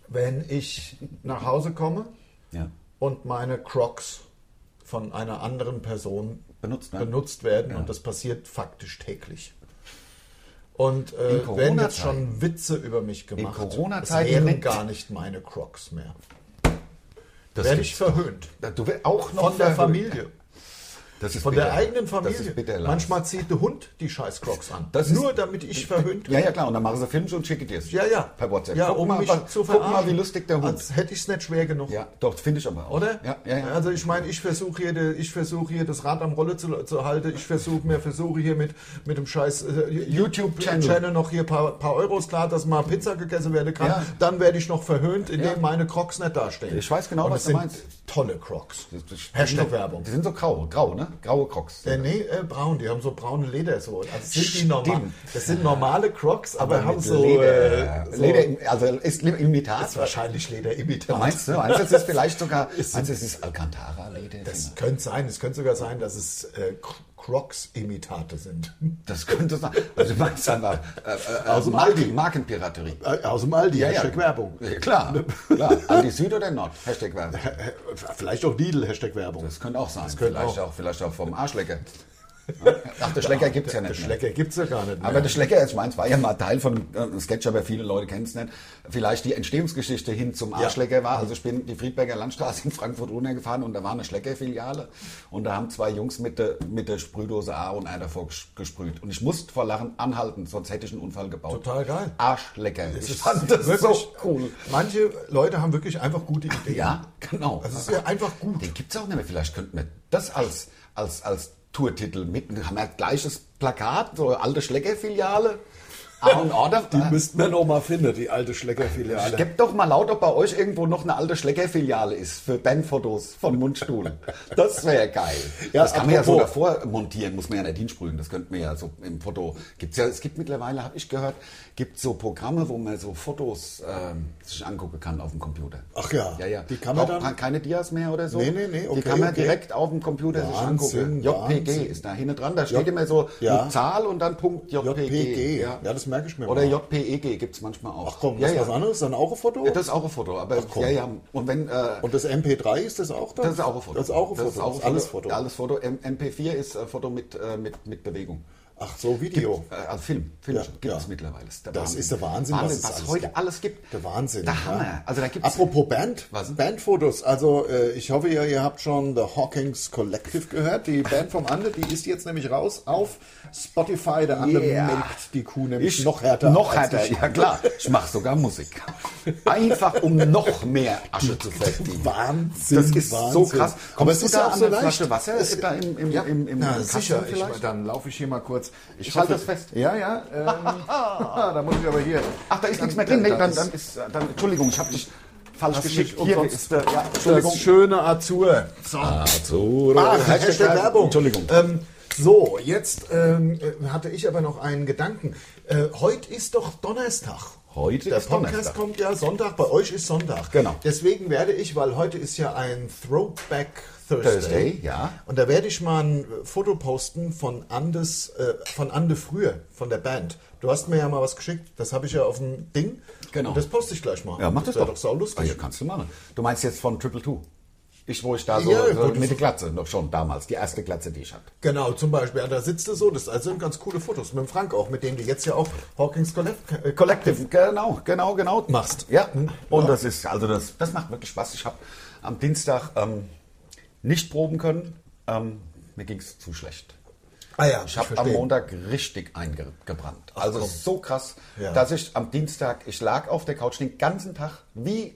Speaker 2: wenn ich nach Hause komme
Speaker 3: Ja.
Speaker 2: und meine Crocs von einer anderen Person
Speaker 3: Benutzt ne? werden.
Speaker 2: benutzt werden und das passiert faktisch täglich. Und äh,
Speaker 3: In
Speaker 2: werden jetzt
Speaker 3: Corona-Zeiten.
Speaker 2: schon Witze über mich gemacht.
Speaker 3: Corona-Zeiten
Speaker 2: Es wären
Speaker 3: mit-
Speaker 2: gar nicht meine Crocs mehr.
Speaker 3: Das
Speaker 2: Werde
Speaker 3: gibt's
Speaker 2: ich verhöhnt.
Speaker 3: doch. Du wirst auch noch
Speaker 2: Von der
Speaker 3: verhöhnt.
Speaker 2: Familie.
Speaker 3: Das ist
Speaker 2: Von
Speaker 3: bitter.
Speaker 2: der eigenen
Speaker 3: Das ist
Speaker 2: Familie.
Speaker 3: bitter, Lars.
Speaker 2: Manchmal zieht der Hund die scheiß Crocs an.
Speaker 3: Das ist-
Speaker 2: Nur damit ich verhöhnt
Speaker 3: Ja, ja, klar. Und dann machen sie Filme und schicken dir es.
Speaker 2: Ja, ja.
Speaker 3: Per WhatsApp.
Speaker 2: Ja,
Speaker 3: Guck
Speaker 2: um
Speaker 3: mal,
Speaker 2: mich
Speaker 3: was-
Speaker 2: zu verarschen.
Speaker 3: Guck mal, wie lustig der Hund.
Speaker 2: Als hätte ich es nicht schwer genug.
Speaker 3: Ja, doch, finde ich aber auch.
Speaker 2: Oder?
Speaker 3: Ja, ja, ja.
Speaker 2: Also ich meine, ich versuche hier, de- ich versuche hier das Rad am Rolle zu, zu halten. Ich versuche mir, versuche hier mit, mit dem scheiß äh,
Speaker 3: YouTube-Channel.
Speaker 2: Channel noch hier ein paar, paar Euros klar, dass mal Pizza gegessen werden kann.
Speaker 3: Ja.
Speaker 2: Dann werde ich noch verhöhnt, indem
Speaker 3: Ja.
Speaker 2: meine Crocs nicht dastehen.
Speaker 3: Ich weiß genau,
Speaker 2: Und
Speaker 3: was
Speaker 2: es
Speaker 3: du
Speaker 2: sind
Speaker 3: meinst.
Speaker 2: Tolle Crocs.
Speaker 3: Das- das-
Speaker 2: Hashtag Werbung.
Speaker 3: Die sind so grau, grau, ne? Graue Crocs.
Speaker 2: Äh, nee, äh, braun, die haben so braune Ledersohlen. Also sind die normal,
Speaker 3: Stimmt.
Speaker 2: das sind normale Crocs, aber, haben
Speaker 3: Mit
Speaker 2: so,
Speaker 3: äh, Leder,
Speaker 2: äh, so
Speaker 3: Leder im, also ist li- Imitat.
Speaker 2: ist wahrscheinlich Lederimitat.
Speaker 3: Meinst du? Meinst du, es ist vielleicht sogar, meinst du, es ist Alcantara-Leder?
Speaker 2: Es könnte sein, es könnte sogar sein, dass es äh, Crocs-Imitate sind.
Speaker 3: Das könnte sein. Also meinst du einfach, äh, äh, also Marken, Markenpiraterie.
Speaker 1: Äh,
Speaker 2: Aus dem Aldi, Hashtag Werbung.
Speaker 3: Ja, klar, klar. Aldi Süd oder Nord? Hashtag Werbung.
Speaker 1: Äh,
Speaker 2: Vielleicht auch Lidl, Hashtag Werbung.
Speaker 3: Das könnte auch sein.
Speaker 2: könnte
Speaker 3: vielleicht,
Speaker 2: auch.
Speaker 3: auch. vielleicht auch vom Arschlecker. Ach, der Schlecker gibt es ja
Speaker 2: Der
Speaker 3: nicht. mehr.
Speaker 2: Schlecker gibt es ja gar nicht mehr.
Speaker 3: Aber der Schlecker, ich meine, es war ja mal Teil von einem äh, Sketch, aber viele Leute kennen es nicht. Vielleicht die Entstehungsgeschichte hin zum Arschlecker war. Also ich bin die Friedberger Landstraße in Frankfurt runtergefahren und da war eine Schlecker-Filiale. Und da haben zwei Jungs mit der, mit der Sprühdose A und einer davor ges- gesprüht. Und ich musste vor Lachen anhalten, sonst hätte ich einen Unfall gebaut.
Speaker 2: Total geil.
Speaker 3: Arschlecker.
Speaker 2: Das
Speaker 3: Ich
Speaker 2: ist
Speaker 3: fand das
Speaker 2: wirklich-
Speaker 3: so cool.
Speaker 2: Manche Leute haben wirklich einfach gute Ideen.
Speaker 3: Ja, genau.
Speaker 2: Also es ist ja einfach gut.
Speaker 3: Den gibt es auch nicht mehr. Vielleicht könnten wir das als, als, als Tourtitel mitnehmen. Haben wir gleiches Plakat, so alte Schlecker-Filiale. A und Order. Ah.
Speaker 1: Die müssten wir noch mal finden, die alte Schleckerfiliale.
Speaker 3: Gebt doch mal laut, ob bei euch irgendwo noch eine alte Schlecker-Filiale ist für Bandfotos von Mundstuhl. Das wäre geil.
Speaker 1: Ja,
Speaker 3: das kann man ja so
Speaker 1: apropos.
Speaker 3: davor montieren, muss man ja nicht hinsprühen. Das könnte man ja so im Foto. Gibt's ja, es gibt mittlerweile, habe ich gehört, gibt so Programme, wo man so Fotos ähm, sich angucken kann auf dem Computer.
Speaker 1: Ach ja.
Speaker 3: Ja, ja.
Speaker 1: Die kann man
Speaker 3: Auch
Speaker 1: dann-
Speaker 3: keine Dias mehr oder so.
Speaker 1: Nee, nee, nee,
Speaker 3: Die
Speaker 1: okay,
Speaker 3: kann man
Speaker 1: okay.
Speaker 3: direkt auf dem Computer sich
Speaker 1: Wahnsinn,
Speaker 3: angucken. JPG
Speaker 1: Wahnsinn.
Speaker 3: ist da hinten dran. Da steht
Speaker 1: J-
Speaker 3: immer so
Speaker 1: Ja.
Speaker 3: die Zahl und dann Punkt JPG.
Speaker 1: JPG. Ja, das merke ich mir
Speaker 3: Oder
Speaker 1: mal.
Speaker 3: JPEG gibt es manchmal auch.
Speaker 1: Ach komm,
Speaker 3: ja,
Speaker 1: das ist
Speaker 3: ja.
Speaker 1: was anderes? Dann auch ein Foto?
Speaker 3: Ja, das ist auch ein Foto, aber
Speaker 1: komm.
Speaker 3: ja, ja. Und wenn äh,
Speaker 1: Und das MP3 ist das auch da?
Speaker 3: das ist auch ein Foto.
Speaker 1: Das ist auch ein Foto.
Speaker 3: Das ist auch ein Foto.
Speaker 1: alles Foto.
Speaker 3: Ja, Alles Foto. M- MP4 ist äh, Foto mit, äh, mit, mit Bewegung.
Speaker 1: Ach so, Video.
Speaker 3: Äh, also Film, Film
Speaker 1: Ja,
Speaker 3: gibt
Speaker 1: ja.
Speaker 3: es mittlerweile. Das ist der
Speaker 1: Das
Speaker 3: Wahnsinn,
Speaker 1: ist der Wahnsinn, was
Speaker 3: Wahnsinn
Speaker 1: es
Speaker 3: was,
Speaker 1: alles
Speaker 3: heute
Speaker 1: gibt.
Speaker 3: alles gibt.
Speaker 1: Der Wahnsinn.
Speaker 3: Da
Speaker 1: ja.
Speaker 3: haben wir. Also da gibt's
Speaker 1: Apropos Band,
Speaker 3: Was?
Speaker 1: Bandfotos. Also äh, ich hoffe, ihr, ihr habt schon The Hawkins Collective gehört. Die Band vom Ande, die ist jetzt nämlich raus auf Spotify. Der Ande
Speaker 3: Yeah.
Speaker 1: melkt die Kuh nämlich
Speaker 3: ich
Speaker 1: noch härter.
Speaker 3: Noch
Speaker 1: als
Speaker 3: härter,
Speaker 1: ich.
Speaker 3: ja klar. Ich mache sogar Musik. Einfach um noch mehr Asche zu verdienen.
Speaker 1: Wahnsinn,
Speaker 3: Das ist so
Speaker 1: Wahnsinn.
Speaker 3: krass.
Speaker 1: Aber
Speaker 3: Kommst
Speaker 1: es
Speaker 3: du
Speaker 1: ist
Speaker 3: da
Speaker 1: auch
Speaker 3: an
Speaker 1: so
Speaker 3: der
Speaker 1: leicht.
Speaker 3: Flasche Wasser?
Speaker 1: Es-
Speaker 3: Ist da im, im,
Speaker 1: Ja.
Speaker 3: im, im
Speaker 1: Na,
Speaker 3: im Kasten
Speaker 1: sicher.
Speaker 3: vielleicht?
Speaker 4: Ich, dann laufe ich hier mal kurz.
Speaker 3: Ich
Speaker 4: hoffe-
Speaker 3: halte das fest.
Speaker 4: Ja, ja. Ähm, da muss ich aber hier.
Speaker 3: Ach, da ist nichts mehr drin. Nee,
Speaker 4: da
Speaker 3: dann,
Speaker 4: ist-
Speaker 3: dann ist, äh, dann, Entschuldigung, ich habe dich falsch
Speaker 4: Hast du
Speaker 3: geschickt.
Speaker 4: mich umsonst-
Speaker 3: der, ja,
Speaker 2: Das
Speaker 3: Entschuldigung.
Speaker 2: schöne Azur.
Speaker 3: Azuro.
Speaker 2: Ah, Hashtag Werbung.
Speaker 3: Entschuldigung.
Speaker 2: Ähm, so, jetzt ähm, äh, hatte ich aber noch einen Gedanken. Äh, heute ist doch Donnerstag.
Speaker 3: Heute
Speaker 2: Der
Speaker 3: ist
Speaker 2: Podcast
Speaker 3: Donnerstag.
Speaker 2: kommt ja Sonntag, bei euch ist Sonntag.
Speaker 3: Genau.
Speaker 2: Deswegen werde ich, weil heute ist ja ein Throwback Thursday.
Speaker 3: Thursday, ja.
Speaker 2: Und da werde ich mal ein Foto posten von Andes, äh, von Ande früher, von der Band. Du hast mir ja mal was geschickt, das habe ich ja auf dem Ding.
Speaker 3: Genau.
Speaker 2: Und das poste ich gleich mal.
Speaker 3: Ja, mach das,
Speaker 2: wär
Speaker 3: doch.
Speaker 2: doch saulustig.
Speaker 3: Ah, ja, kannst du machen. Du meinst jetzt von Triple Two? Ich, wo ich da so,
Speaker 2: Ja,
Speaker 3: so
Speaker 2: gut.
Speaker 3: mit der Glatze, noch schon damals, die erste Glatze, die ich hatte.
Speaker 2: Genau, zum Beispiel, ja, da sitzt er so, das also sind ganz coole Fotos mit dem Frank auch, mit dem du jetzt ja auch Hawkins Collect äh, Collective.
Speaker 3: Genau, genau, genau.
Speaker 2: Machst. Hm.
Speaker 3: Ja, und das ist, also das, das macht wirklich Spaß. Ich habe am Dienstag ähm, nicht proben können. Ähm, mir ging es zu schlecht.
Speaker 2: Ah ja,
Speaker 3: Ich habe am
Speaker 2: verstehe.
Speaker 3: Montag richtig eingebrannt. Also es ist so krass,
Speaker 2: Ja.
Speaker 3: dass ich am Dienstag, ich lag auf der Couch den ganzen Tag wie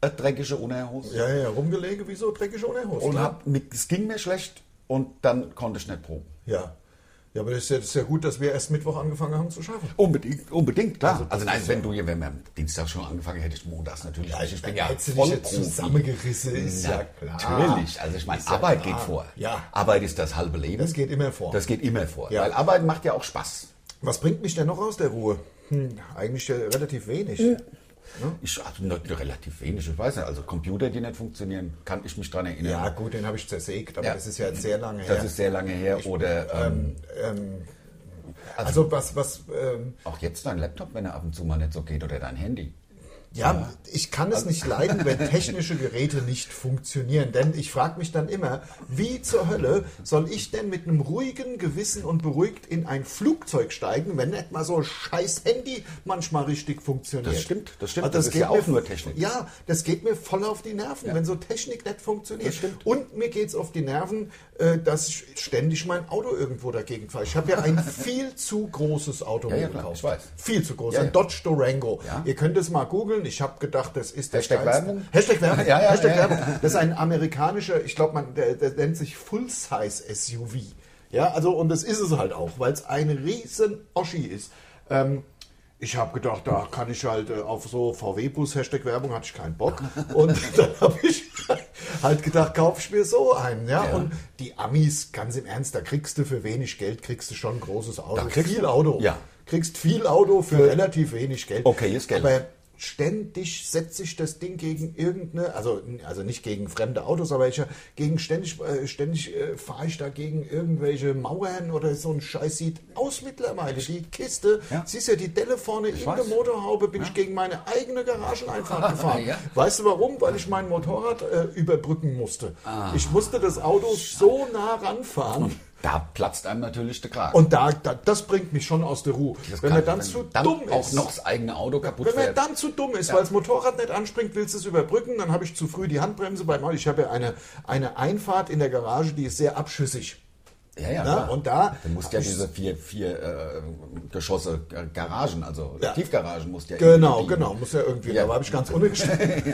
Speaker 3: eine dreckige Unterhose
Speaker 2: Ja, ja, ja, rumgelege, wieso dreckig ohne Hose.
Speaker 3: und
Speaker 2: klar.
Speaker 3: hab, mit, es ging mir schlecht und dann konnte ich nicht proben.
Speaker 2: ja. ja, aber das ist ja, das ist ja gut, dass wir erst Mittwoch angefangen haben zu schaffen.
Speaker 3: Unbedingt, unbedingt, klar. Also, nein, wenn du hier, wenn wir am Dienstag schon angefangen hätte, ich montags natürlich. also ich bin ja
Speaker 2: Hättest du dich jetzt
Speaker 3: voll
Speaker 2: zusammengerissen, ist ja, klar.
Speaker 3: Natürlich, also ich meine,
Speaker 2: ja
Speaker 3: Arbeit
Speaker 2: klar.
Speaker 3: geht vor.
Speaker 2: Ja.
Speaker 3: Arbeit ist das halbe Leben.
Speaker 2: Das geht immer vor.
Speaker 3: Das geht immer vor.
Speaker 2: Ja.
Speaker 3: Weil Arbeit macht ja auch Spaß.
Speaker 2: Was bringt mich denn noch aus der Ruhe? Hm, eigentlich ja relativ wenig.
Speaker 3: Ich hatte nicht relativ wenig, ich weiß nicht. Also Computer, die nicht funktionieren, kann ich mich dran erinnern.
Speaker 2: Ja, gut, den habe ich zersägt, aber
Speaker 3: Ja.
Speaker 2: das ist ja jetzt sehr lange her.
Speaker 3: das ist sehr lange her. Oder ähm,
Speaker 2: also was, äh, was, ähm,
Speaker 3: auch jetzt dein Laptop, wenn er ab und zu mal nicht so geht, oder dein Handy.
Speaker 2: Ja, ich kann es nicht leiden, wenn technische Geräte nicht funktionieren. Denn ich frage mich dann immer, wie zur Hölle soll ich denn mit einem ruhigen Gewissen und beruhigt in ein Flugzeug steigen, wenn nicht mal so ein scheiß Handy manchmal richtig funktioniert?
Speaker 3: Das stimmt, das stimmt.
Speaker 2: Also
Speaker 3: Das ist
Speaker 2: geht
Speaker 3: ja
Speaker 2: mir-
Speaker 3: auch nur Technik.
Speaker 2: Ja, das geht mir voll auf die Nerven, wenn so Technik nicht funktioniert. Und mir geht es auf die Nerven, äh, dass ich ständig mein Auto irgendwo dagegen fahre. Ich habe ja ein viel zu großes Auto
Speaker 3: Ja, ja,
Speaker 2: mir
Speaker 3: klar,
Speaker 2: gekauft.
Speaker 3: ich weiß.
Speaker 2: Viel zu groß.
Speaker 3: Ja,
Speaker 2: ein
Speaker 3: ja.
Speaker 2: Dodge Durango.
Speaker 3: Ja.
Speaker 2: Ihr könnt es mal googeln. Ich habe gedacht, das ist der
Speaker 3: Hashtag
Speaker 2: kleinste-
Speaker 3: Werbung?
Speaker 2: Hashtag Werbung.
Speaker 3: Ja, ja,
Speaker 2: Hashtag
Speaker 3: ja, ja.
Speaker 2: Werbung. Das ist ein amerikanischer, ich glaube, man der, der nennt sich Full-Size SUV. Ja, also und das ist es halt auch, weil es ein riesen Oschi ist. Ähm, ich habe gedacht, da kann ich halt äh, auf so VW-Bus, Hashtag Werbung, hatte ich keinen Bock. Und dann habe ich halt gedacht, kauf ich mir so einen. Ja? Und die Amis, ganz im Ernst, da kriegst du für wenig Geld, kriegst du schon ein großes Auto.
Speaker 3: Da kriegst
Speaker 2: viel
Speaker 3: du-
Speaker 2: Auto.
Speaker 3: ja.
Speaker 2: Kriegst viel Auto für relativ wenig Geld.
Speaker 3: Okay, ist Geld.
Speaker 2: Aber ständig setze ich das Ding gegen irgendeine, also, also nicht gegen fremde Autos, aber ich gegen ständig, äh, ständig äh, fahre ich da gegen irgendwelche Mauern oder so ein Scheiß sieht aus mittlerweile. Die Kiste,
Speaker 3: Ja.
Speaker 2: siehst ja die Delle vorne in
Speaker 3: weiß.
Speaker 2: der Motorhaube, bin ich gegen meine eigene Garageneinfahrt gefahren.
Speaker 3: Ja.
Speaker 2: Weißt du warum? Weil ich mein Motorrad äh, überbrücken musste.
Speaker 3: Ah.
Speaker 2: Ich musste das Auto so nah ranfahren.
Speaker 3: Da platzt einem natürlich der Kragen.
Speaker 2: Und da, da, das bringt mich schon aus der Ruhe.
Speaker 3: Das
Speaker 2: Wenn
Speaker 3: kann-
Speaker 2: man dann zu
Speaker 3: dann
Speaker 2: dumm
Speaker 3: auch
Speaker 2: ist.
Speaker 3: noch das eigene Auto kaputt
Speaker 2: Wenn man
Speaker 3: fährt.
Speaker 2: dann zu dumm ist, weil das Motorrad nicht anspringt, willst du es überbrücken, dann habe ich zu früh die Handbremse beim Auto. Ich habe ja eine, eine Einfahrt in der Garage, die ist sehr abschüssig.
Speaker 3: ja, ja,
Speaker 2: Na,
Speaker 3: klar.
Speaker 2: und da-
Speaker 3: Dann musst du ja diese vier, vier äh, Geschosse, äh, Garagen, also
Speaker 2: Ja.
Speaker 3: Tiefgaragen musst du ja irgendwie
Speaker 2: Genau,
Speaker 3: dienen.
Speaker 2: genau, muss ja irgendwie,
Speaker 3: Ja.
Speaker 2: da habe ich ganz ungestellt.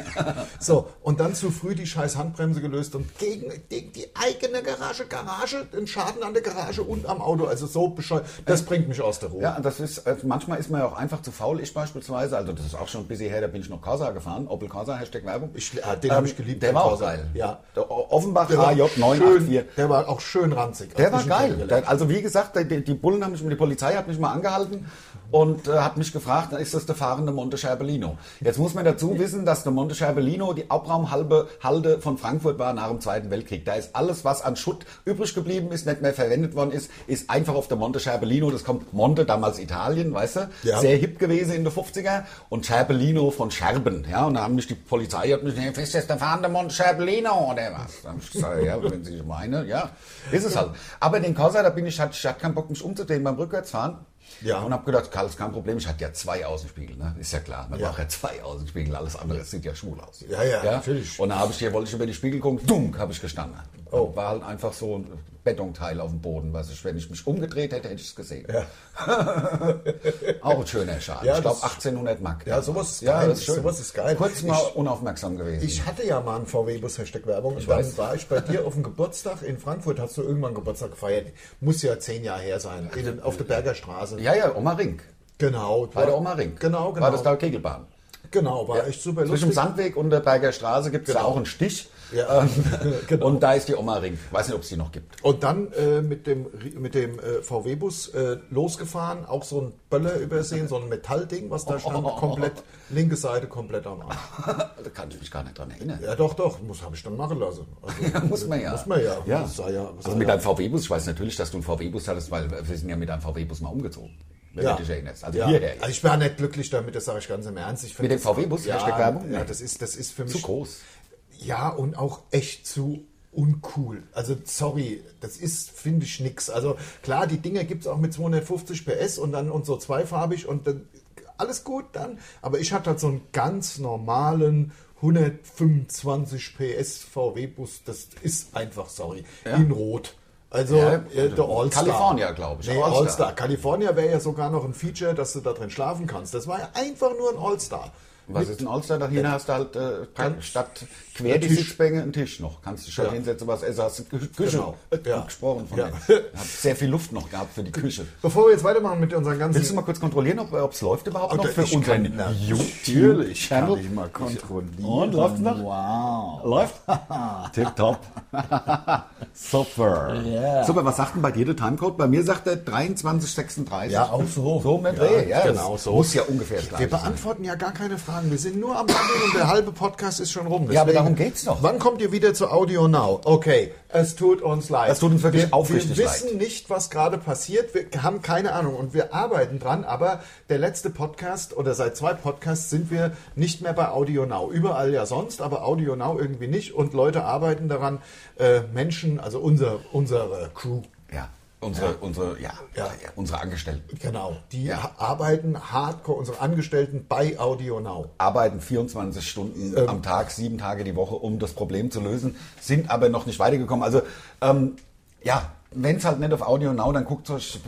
Speaker 2: so, und dann zu früh die scheiß Handbremse gelöst und gegen, gegen die eigene Garage, Garage, den Schaden an der Garage und am Auto, also so bescheuert, das bringt mich aus der Ruhe.
Speaker 3: Äh, Ja, das ist, also manchmal ist man ja auch einfach zu faul. Ich beispielsweise, also das ist auch schon ein bisschen her, da bin ich noch Corsa gefahren. Opel Corsa, Hashtag Werbung. Ähm,
Speaker 2: Ich, äh, den habe ich geliebt.
Speaker 3: Der
Speaker 2: den
Speaker 3: war auch
Speaker 2: Corsa.
Speaker 3: geil.
Speaker 2: Ja.
Speaker 3: Der O- Offenbach
Speaker 2: Der war,
Speaker 3: HJ984.
Speaker 2: schön, der war auch schön ranzig.
Speaker 3: Der
Speaker 2: Hab
Speaker 3: war
Speaker 2: ich ihn
Speaker 3: geil.
Speaker 2: kennengelernt.
Speaker 3: Der, also wie gesagt, die, die Bullen haben mich, die Polizei hat mich mal angehalten und äh, hat mich gefragt, ist das der fahrende Monte Scherbellino? Jetzt muss man dazu wissen, dass der Monte Scherbellino die Abraumhalbe Halde von Frankfurt war nach dem Zweiten Weltkrieg. Da ist alles, was an Schutt übrig geblieben ist, nicht mehr verwendet worden ist, ist einfach auf der Monte Scherbellino. Das kommt Monte, damals Italien, weißt du?
Speaker 2: Ja.
Speaker 3: Sehr hip gewesen in den 50er und Scherbellino von Scherben. Ja, und da haben mich die Polizei hat mich gesagt, ist das der fahrende Monte Scherbellino oder was? Da habe ich gesagt, ja, wenn Sie meine, ja, ist es halt. Aber den Corsa, da bin ich, hatte ich hatte keinen Bock, mich umzudrehen beim Rückwärtsfahren.
Speaker 2: Ja.
Speaker 3: Und habe gedacht, Karl, ist kein Problem, ich hatte ja zwei Außenspiegel, ne? Ist ja klar, man
Speaker 2: Ja.
Speaker 3: braucht ja zwei Außenspiegel, alles andere sieht ja schwul aus.
Speaker 2: Ja, ja, natürlich.
Speaker 3: Und da habe ich hier, wollte ich über die Spiegel gucken, dumm, habe ich gestanden. Oh. War halt einfach so ein Betonteil auf dem Boden, was ich, wenn ich mich umgedreht hätte, hätte ich es gesehen. Auch ein schöner Schaden.
Speaker 2: Ja,
Speaker 3: ich glaube
Speaker 2: das-
Speaker 3: 1800 Mark.
Speaker 2: Ja, sowas ist
Speaker 3: Ja,
Speaker 2: geil,
Speaker 3: das ist schön.
Speaker 2: sowas ist geil.
Speaker 3: Kurz mal
Speaker 2: Ich-
Speaker 3: unaufmerksam gewesen.
Speaker 2: Ich hatte ja mal einen VW-Bus, Hashtag Werbung. und dann
Speaker 3: weiß.
Speaker 2: war ich bei dir auf dem Geburtstag in Frankfurt. Hast du irgendwann Geburtstag gefeiert? Muss ja zehn Jahre her sein. In, den- auf der Berger Straße.
Speaker 3: ja, ja, Oma Ring.
Speaker 2: Genau.
Speaker 3: Bei der Oma Ring.
Speaker 2: Genau, genau.
Speaker 3: War das da Kegelbahn?
Speaker 2: genau, war echt super
Speaker 3: Zwischen dem
Speaker 2: lustig. Genau.
Speaker 3: Sandweg und der Berger Straße gibt es da auch einen Stich.
Speaker 2: Ja. Genau.
Speaker 3: Und da ist die Oma Ring. Weiß nicht, ob es die noch gibt.
Speaker 2: Und dann äh, mit dem, Ri- mit dem äh, VW-Bus äh, losgefahren, auch so ein Böller übersehen, so ein Metallding,
Speaker 3: Oh.
Speaker 2: was da stand, komplett, linke Seite komplett am Arsch.
Speaker 3: da kann ich mich gar nicht dran erinnern.
Speaker 2: Ja, doch, doch, muss habe ich dann machen lassen. Also,
Speaker 3: Muss man ja.
Speaker 2: Muss man ja.
Speaker 3: ja.
Speaker 2: Das sei ja- das
Speaker 3: also
Speaker 2: sei
Speaker 3: mit
Speaker 2: ja-
Speaker 3: einem VW-Bus, ich weiß natürlich, dass du einen VW-Bus hattest, weil wir sind ja mit einem VW-Bus mal umgezogen. Wenn du dich erinnerst. Also
Speaker 2: ja.
Speaker 3: hierher.
Speaker 2: Also ich war nicht glücklich damit, das sage ich ganz im Ernst. Ich find
Speaker 3: Mit dem
Speaker 2: das-
Speaker 3: VW-Bus? Hashtag
Speaker 2: Ja,
Speaker 3: Werbung?
Speaker 2: ja,
Speaker 3: Nee.
Speaker 2: das ist, das ist für mich.
Speaker 3: Zu groß.
Speaker 2: Ja, und auch echt zu uncool. Also sorry, das ist, finde ich, nix. Also klar, die Dinger gibt es auch mit 250 PS und dann und so zweifarbig und dann alles gut dann. Aber ich hatte halt so einen ganz normalen 125 PS VW-Bus. Das ist einfach, sorry, in Rot. Also
Speaker 3: Ja,
Speaker 2: äh, der All-Star.
Speaker 3: California, glaub ich.
Speaker 2: Nee,
Speaker 3: All-Star.
Speaker 2: All-Star. California wäre ja sogar noch ein Feature, dass du da drin schlafen kannst. Das war ja einfach nur ein All-Star.
Speaker 3: Was ist ein All-Star? Da hinten hast du halt äh,
Speaker 2: Ganz-
Speaker 3: statt quer
Speaker 2: Ein
Speaker 3: die
Speaker 2: Tisch.
Speaker 3: Sitzbänke einen Tisch noch. Kannst du schon
Speaker 2: Ja.
Speaker 3: hinsetzen, was essen hast. du Kü- Küche.
Speaker 2: Genau.
Speaker 3: Hat
Speaker 2: Ja.
Speaker 3: gut gesprochen von
Speaker 2: Ja.
Speaker 3: dem. Hat sehr viel Luft noch gehabt für die Küche.
Speaker 2: Bevor wir jetzt weitermachen mit unseren ganzen...
Speaker 3: Willst du mal kurz kontrollieren, ob es läuft überhaupt noch
Speaker 2: da-
Speaker 3: für
Speaker 2: ich
Speaker 3: unseren
Speaker 2: kann- na,
Speaker 4: Kann ich
Speaker 3: YouTube-Channel?
Speaker 4: mal kontrollieren.
Speaker 3: Und, läuft's noch?
Speaker 4: Wow.
Speaker 3: Läuft? Tipptopp. Super.
Speaker 4: Yeah.
Speaker 3: Super, was sagt denn bei dir der Timecode? Bei mir sagt er 23,36.
Speaker 2: Ja, auch so.
Speaker 3: So, um den Dreh.
Speaker 2: Ja,
Speaker 3: das
Speaker 2: genau so.
Speaker 3: Muss ja ungefähr
Speaker 2: Wir
Speaker 3: gleich sein.
Speaker 2: beantworten ja gar keine Fragen. sagen, wir sind nur am Handeln und der halbe Podcast ist schon rum.
Speaker 3: Ja, aber
Speaker 2: Deswegen-
Speaker 3: darum geht's doch.
Speaker 2: Wann kommt ihr wieder zu Audio Now? Okay, es tut uns leid.
Speaker 3: Es tut uns wirklich
Speaker 2: wir,
Speaker 3: aufrichtig
Speaker 2: Wir wissen nicht, was gerade passiert. Wir haben keine Ahnung und wir arbeiten dran, aber der letzte Podcast oder seit zwei Podcasts sind wir nicht mehr bei Audio Now. Überall ja sonst, aber Audio Now irgendwie nicht und Leute arbeiten daran, äh, Menschen, also unser, unsere Crew,
Speaker 3: Ja, unsere, unsere, ja,
Speaker 2: Ja.
Speaker 3: ja, unsere Angestellten
Speaker 2: genau, die
Speaker 3: Ja.
Speaker 2: ha- arbeiten hardcore, unsere Angestellten bei Audio Now.
Speaker 3: arbeiten 24 Stunden
Speaker 2: Ähm.
Speaker 3: am Tag, sieben Tage die Woche, um das Problem zu lösen, sind aber noch nicht weitergekommen. Also, ähm, ja, wenn es halt nicht auf Audio Now, dann guckt euch,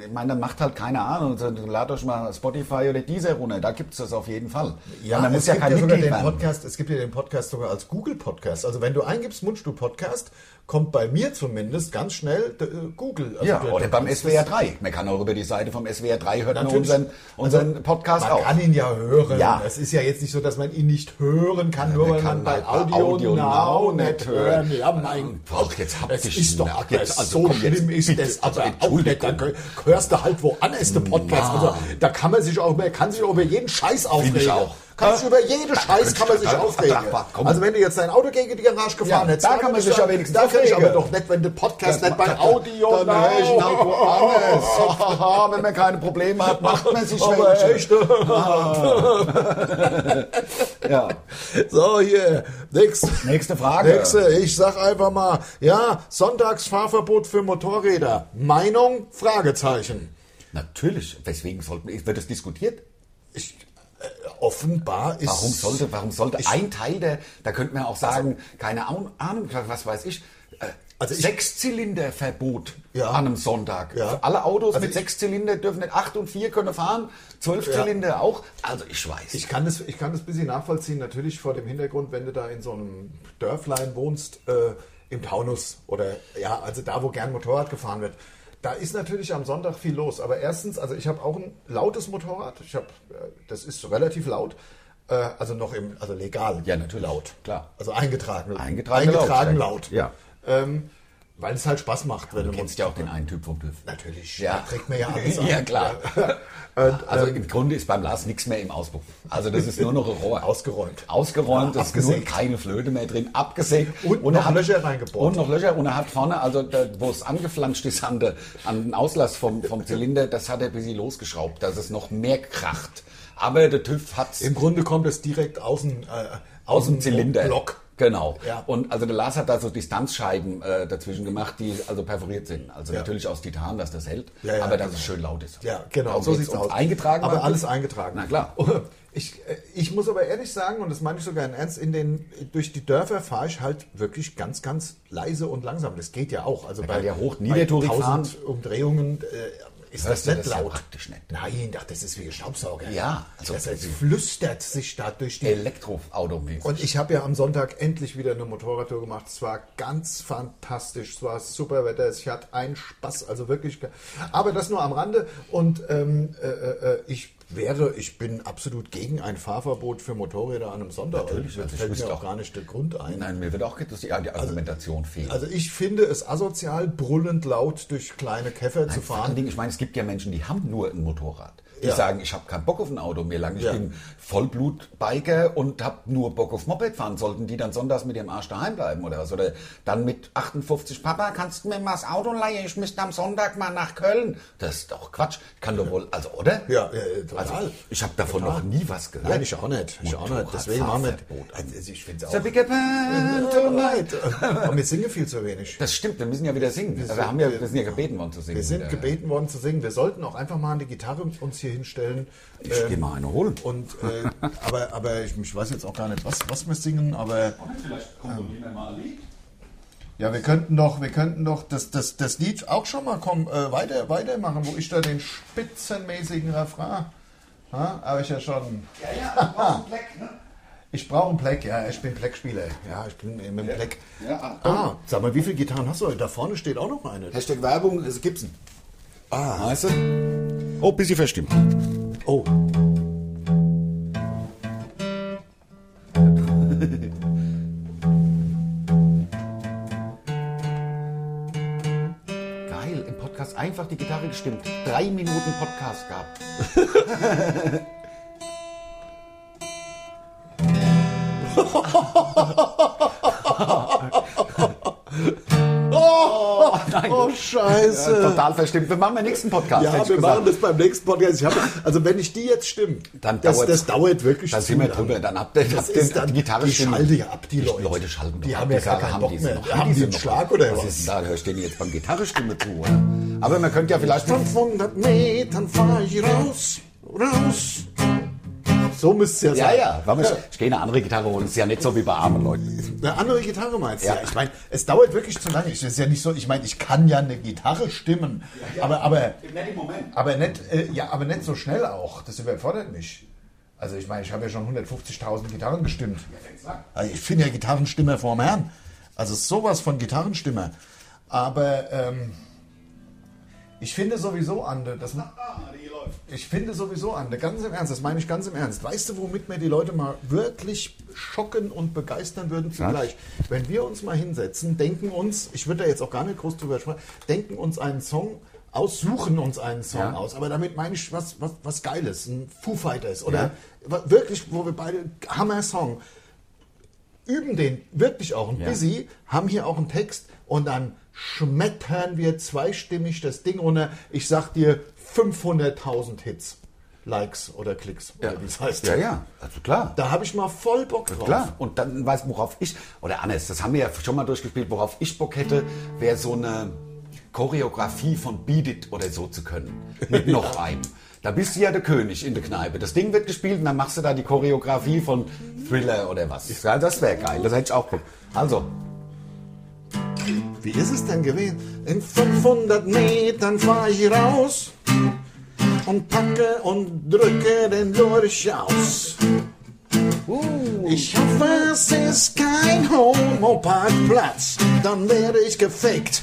Speaker 3: ich meine, dann macht halt keine Ahnung, so, ladet euch mal Spotify oder Deezer runter, da gibt es das auf jeden Fall. Und dann muss
Speaker 2: es
Speaker 3: ja
Speaker 2: gibt
Speaker 3: kein
Speaker 2: sogar
Speaker 3: Mitglied
Speaker 2: den
Speaker 3: werden.
Speaker 2: Podcast, es gibt ja den Podcast sogar als Google Podcast. Also wenn du eingibst Mundstuhl Podcast, kommt bei mir zumindest ganz schnell äh, Google. Also
Speaker 3: Ja,
Speaker 2: der-
Speaker 3: oder beim
Speaker 2: das-
Speaker 3: SWR 3. Man kann auch über die Seite vom SWR 3 hört man
Speaker 2: Natürlich.
Speaker 3: unseren, unseren
Speaker 2: Also,
Speaker 3: Podcast
Speaker 2: Man
Speaker 3: auch.
Speaker 2: kann ihn ja hören.
Speaker 3: Ja.
Speaker 2: Es ist ja jetzt nicht so, dass man ihn nicht hören kann, nur
Speaker 3: man
Speaker 2: weil man
Speaker 3: kann
Speaker 2: bei
Speaker 3: halt bei
Speaker 2: Audio,
Speaker 3: Audio
Speaker 2: Now
Speaker 3: Now
Speaker 2: nicht
Speaker 3: nicht
Speaker 2: hören.
Speaker 3: hören.
Speaker 2: Ja, mein
Speaker 3: Ach, jetzt habt
Speaker 2: es
Speaker 3: ich's
Speaker 2: ist doch
Speaker 3: gemerkt.
Speaker 2: alles
Speaker 3: Jetzt, also
Speaker 2: so
Speaker 3: komm, jetzt
Speaker 2: schlimm ist
Speaker 3: bitte.
Speaker 2: das
Speaker 3: Also,
Speaker 2: aber auch nicht. Da
Speaker 3: Entschuldigung.
Speaker 2: hörst du halt woanders den Podcast. Also da kann man sich auch, man kann sich auch über jeden Scheiß aufregen.
Speaker 3: ich auch.
Speaker 2: Kann sich über jeden Scheiß kann man sich
Speaker 3: da- da-
Speaker 2: aufregen.
Speaker 3: da- komm.
Speaker 2: Also wenn du jetzt dein Auto gegen die Garage gefahren
Speaker 3: Ja,
Speaker 2: hättest,
Speaker 3: da
Speaker 2: dann
Speaker 3: kann man
Speaker 2: würdest
Speaker 3: sich
Speaker 2: du-
Speaker 3: ja wenigstens
Speaker 2: Da kann ich aber
Speaker 3: aufregen.
Speaker 2: doch nicht, wenn der Podcast nicht bei
Speaker 3: Dann-
Speaker 2: Audio
Speaker 3: Dann höre ich ihn halt
Speaker 2: Now.
Speaker 3: woanders. Wenn man keine Probleme hat, macht man sich
Speaker 2: Aber
Speaker 3: welche.
Speaker 2: echt,
Speaker 3: Ah. Ja.
Speaker 2: So, hier, nächste.
Speaker 3: Nächste Frage.
Speaker 2: Nächste, ich sag einfach mal, ja, Sonntagsfahrverbot für Motorräder. Meinung? Fragezeichen.
Speaker 3: Natürlich. Weswegen sollte, wird das diskutiert?
Speaker 2: Ich, äh, offenbar ist.
Speaker 3: Warum sollte, warum sollte ein Teil der, da könnte man auch sagen, keine Ahnung, Ahnung, was weiß Also- ich, äh,
Speaker 2: Also ich-
Speaker 3: Sechszylinderverbot
Speaker 2: Ja.
Speaker 3: an einem Sonntag.
Speaker 2: Ja.
Speaker 3: Alle Autos
Speaker 2: Also
Speaker 3: mit
Speaker 2: ich-
Speaker 3: sechs Zylinder dürfen nicht acht und vier können fahren, zwölf Zylinder auch. Also ich weiß.
Speaker 2: Ich kann, das, ich kann das ein bisschen nachvollziehen, natürlich vor dem Hintergrund, wenn du da in so einem Dörflein wohnst, äh, im Taunus oder ja, also da, wo gern Motorrad gefahren wird. Da ist natürlich am Sonntag viel los. Aber erstens, also ich habe auch ein lautes Motorrad. Ich habe, äh, das ist relativ laut. Äh, also noch im, also legal.
Speaker 3: Ja, natürlich.
Speaker 2: Laut.
Speaker 3: Klar.
Speaker 2: Also eingetragen.
Speaker 3: Eingetragen
Speaker 2: eingetragen laut.
Speaker 3: laut. Ja.
Speaker 2: Ähm, weil es halt Spaß macht, wenn du
Speaker 3: Du kennst ja auch den einen Typ vom TÜV.
Speaker 2: Natürlich.
Speaker 3: Ja.
Speaker 2: Da kriegt man ja alles an.
Speaker 3: Ja, klar. also
Speaker 2: ähm,
Speaker 3: im Grunde ist beim Lars nichts mehr im Auspuff. Also das ist nur noch ein Rohr.
Speaker 2: Ausgeräumt.
Speaker 3: Ausgeräumt,
Speaker 2: Ja,
Speaker 3: das ist nur
Speaker 2: abgesägt.
Speaker 3: keine Flöte mehr drin, abgesägt.
Speaker 2: Und
Speaker 3: er
Speaker 2: noch Löcher reingebohrt.
Speaker 3: Und noch Löcher. Und er hat vorne, also da, wo es angeflanscht ist an, der, an den Auslass vom, vom Zylinder, das hat er ein bisschen losgeschraubt, dass es noch mehr kracht. Aber der TÜV hat es
Speaker 2: Im Grunde kommt es direkt außen, äh,
Speaker 3: aus dem Zylinder.
Speaker 2: Block.
Speaker 3: Genau.
Speaker 2: Ja.
Speaker 3: Und also der Lars hat da so Distanzscheiben äh, dazwischen gemacht, die also perforiert sind. Also
Speaker 2: Ja.
Speaker 3: natürlich aus Titan, dass das hält,
Speaker 2: Ja, ja,
Speaker 3: aber dass
Speaker 2: genau.
Speaker 3: es schön laut ist.
Speaker 2: Ja, genau.
Speaker 3: Darum
Speaker 2: so
Speaker 3: geht's.
Speaker 2: sieht's
Speaker 3: Und
Speaker 2: aus.
Speaker 3: Eingetragen
Speaker 2: aber
Speaker 3: war-
Speaker 2: alles eingetragen. Oh,
Speaker 3: Na klar.
Speaker 2: Ich, äh, ich muss aber ehrlich sagen, und das meine ich sogar in Ernst, in den, durch die Dörfer fahre ich halt wirklich ganz, ganz leise und langsam. Das geht ja auch. Also bei,
Speaker 3: kann ja hoch-
Speaker 2: bei
Speaker 3: niedertourig
Speaker 2: 1000 Umdrehungen äh, ist das
Speaker 3: Hörst du
Speaker 2: nicht
Speaker 3: das ja
Speaker 2: laut.
Speaker 3: praktisch nicht.
Speaker 2: Nein, ach, das ist wie ein Staubsauger.
Speaker 3: Ja, also-
Speaker 2: das heißt, es flüstert sich da durch die
Speaker 3: Elektroauto mäßig.
Speaker 2: Und ich habe ja am Sonntag endlich wieder eine Motorradtour gemacht. Es war ganz fantastisch. Es war super Wetter. Ich hatte einen Spaß. Also wirklich. ge- Aber das nur am Rande. Und ähm, äh, äh, äh, ich wäre, ich bin absolut gegen ein Fahrverbot für Motorräder an einem Sonntag.
Speaker 3: Natürlich,
Speaker 2: das
Speaker 3: also ich
Speaker 2: fällt mir
Speaker 3: wüsste
Speaker 2: auch
Speaker 3: auch-
Speaker 2: gar nicht der Grund ein.
Speaker 3: Nein, mir wird auch gedacht, dass die, die Argumentation fehlt.
Speaker 2: Also ich finde es asozial, brüllend laut durch kleine Käfer zu
Speaker 3: Vor allen
Speaker 2: fahren.
Speaker 3: Dingen, ich meine, es gibt ja Menschen, die haben nur ein Motorrad. Die
Speaker 2: Ja.
Speaker 3: sagen, ich habe keinen Bock auf ein Auto mehr lang. Ich
Speaker 2: Ja.
Speaker 3: bin Vollblutbiker und habe nur Bock auf Moped fahren. Sollten die dann sonntags mit ihrem Arsch daheim bleiben oder was? Oder dann mit 58, Papa, kannst du mir mal das Auto leihen? Ich müsste am Sonntag mal nach Köln. Das ist doch Quatsch. Kann doch wohl, also, oder?
Speaker 2: Ja, ja, ja, total.
Speaker 3: Also, ich habe davon noch nie was gehört.
Speaker 2: Nein, ich auch nicht. Ich auch nicht. Deswegen machen wir.
Speaker 3: Motorradfahrverbot.
Speaker 2: Also ich finde es
Speaker 3: It's a
Speaker 2: auch.
Speaker 3: bigger band tonight.
Speaker 2: Und wir singen viel zu wenig.
Speaker 3: Das stimmt, wir müssen ja wieder singen. Wir,
Speaker 2: sind-
Speaker 3: haben ja,
Speaker 2: wir-
Speaker 3: wir sind ja gebeten worden zu singen.
Speaker 2: Wir
Speaker 3: wieder.
Speaker 2: sind gebeten worden zu singen. Wir sollten auch einfach mal eine Gitarre uns hier hinstellen.
Speaker 3: Ich geh mal eine holen.
Speaker 2: Und, äh, aber aber ich, ich weiß jetzt auch gar nicht, was, was wir singen, aber.
Speaker 3: Vielleicht komponieren wir mal ein Lied.
Speaker 2: Ja, wir könnten doch, wir könnten doch das, das, das Lied auch schon mal kommen, äh, weiter, weitermachen, wo ich da den spitzenmäßigen Refrain. Ha, habe ich ja schon.
Speaker 3: Ja, ja, du brauchst einen Black, ne?
Speaker 2: Ich brauche einen Pleck, ja, ich bin Pleckspieler. Ja, ich bin mit dem Pleck.
Speaker 3: Ja, ah,
Speaker 2: Ah, sag mal, wie viele Gitarren hast du? Da vorne steht auch noch eine.
Speaker 3: Hashtag Werbung ist Gibson. Ah, weißt du? Oh, bisschen verstimmt.
Speaker 2: Oh.
Speaker 3: Geil, im Podcast einfach die Gitarre gestimmt. Drei Minuten Podcast gab.
Speaker 2: Oh, Scheiße.
Speaker 3: Äh, Total verstimmt. Wir machen beim nächsten Podcast. hätte
Speaker 2: Äh. Ja,
Speaker 3: ich
Speaker 2: wir
Speaker 3: gesagt.
Speaker 2: machen das beim nächsten Podcast. Ich hab, also wenn ich die jetzt stimme,
Speaker 3: Dann
Speaker 2: das,
Speaker 3: dauert's.
Speaker 2: das dauert wirklich
Speaker 3: Dann
Speaker 2: zu
Speaker 3: sind wir
Speaker 2: lang.
Speaker 3: drüber. Dann habt ihr
Speaker 2: Das
Speaker 3: habt
Speaker 2: ist
Speaker 3: ihr-
Speaker 2: dann,
Speaker 3: die Gitarre
Speaker 2: die
Speaker 3: stimmt.
Speaker 2: schalten ja ab, die Leute.
Speaker 3: Leute schalten
Speaker 2: Die
Speaker 3: doch ab.
Speaker 2: haben ja gar
Speaker 3: sagen,
Speaker 2: keinen
Speaker 3: haben
Speaker 2: Bock
Speaker 3: die
Speaker 2: mehr.
Speaker 3: noch?
Speaker 2: Haben die
Speaker 3: sie
Speaker 2: einen
Speaker 3: noch?
Speaker 2: Schlag oder
Speaker 3: was?
Speaker 2: was?
Speaker 3: Ist denn da hörst du denen jetzt beim Gitarrestimme zu, oder? Aber man könnte ja vielleicht...
Speaker 2: 500 Metern fahr ich raus, raus. So müsste es ja
Speaker 3: Ja,
Speaker 2: sein.
Speaker 3: ja. Weil wir, Ich gehe eine andere Gitarre holen. Ist ja nicht so wie bei armen Leuten.
Speaker 2: Eine andere Gitarre meinst du? Ja,
Speaker 3: Ja.
Speaker 2: ich meine, es dauert wirklich zu lange. Es ist ja nicht so, ich meine, ich kann ja eine Gitarre stimmen, aber aber aber nicht äh, ja, aber nicht so schnell auch. Das überfordert mich. Also ich meine, ich habe ja schon 150.000 Gitarren gestimmt. Also ich bin ja Gitarrenstimmer vorm Herrn. Also sowas von Gitarrenstimmer. Aber ähm, ich finde sowieso an, dass man, ich finde sowieso an, ganz im Ernst, das meine ich ganz im Ernst. Weißt du, womit wir die Leute mal wirklich schocken und begeistern würden zugleich? Wenn wir uns mal hinsetzen, denken uns, ich würde da jetzt auch gar nicht groß drüber sprechen, denken uns einen Song aus, suchen uns einen Song
Speaker 3: Ja.
Speaker 2: aus. Aber damit meine ich was, was, was Geiles, ein Foo Fighters oder wa- wirklich, wo wir beide, Hammer-Song üben den wirklich auch. Und
Speaker 3: Ja.
Speaker 2: Busy haben hier auch einen Text und dann schmettern wir zweistimmig das Ding runter. Ich sag dir 500.000 Hits, Likes oder Klicks oder wie es heißt.
Speaker 3: Ja, ja. Also klar.
Speaker 2: Da habe ich mal voll Bock drauf.
Speaker 3: Klar, und dann weiß worauf ich, oder anders, das haben wir ja schon mal durchgespielt, worauf ich Bock hätte, wäre so eine Choreografie von Beat It oder so zu können. Mit noch einem. Da bist du ja der König in der Kneipe. Das Ding wird gespielt und dann machst du da die Choreografie von Thriller oder was. Ja, das wäre geil, das hätte ich auch Bock. Also,
Speaker 2: Wie ist es denn gewesen? In 500 Metern fahre ich raus und packe und drücke den Lurch aus. Ich hoffe, es ist kein Homoparkplatz, dann wäre ich gefickt.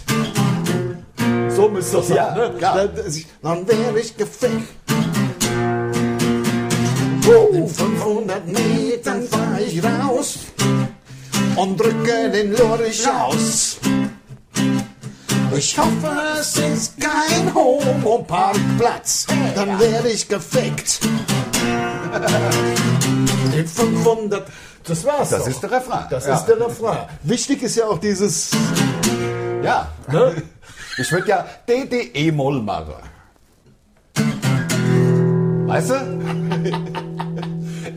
Speaker 2: So müsste das sein,
Speaker 3: Ja,
Speaker 2: ne?
Speaker 3: klar.
Speaker 2: Dann- Dann wäre ich gefickt. In 500 Metern fahr ich raus und drücke den Lurch aus. Ich hoffe, es ist kein Homo-Parkplatz, dann werde ich gefickt. In 500. Das war's.
Speaker 3: Das
Speaker 2: doch.
Speaker 3: ist der Refrain.
Speaker 2: Das
Speaker 3: Ja.
Speaker 2: ist der Refrain. Wichtig ist ja auch dieses.
Speaker 3: ja.
Speaker 2: Ne?
Speaker 3: Ich würde ja DDE-Moll machen. Weißt du?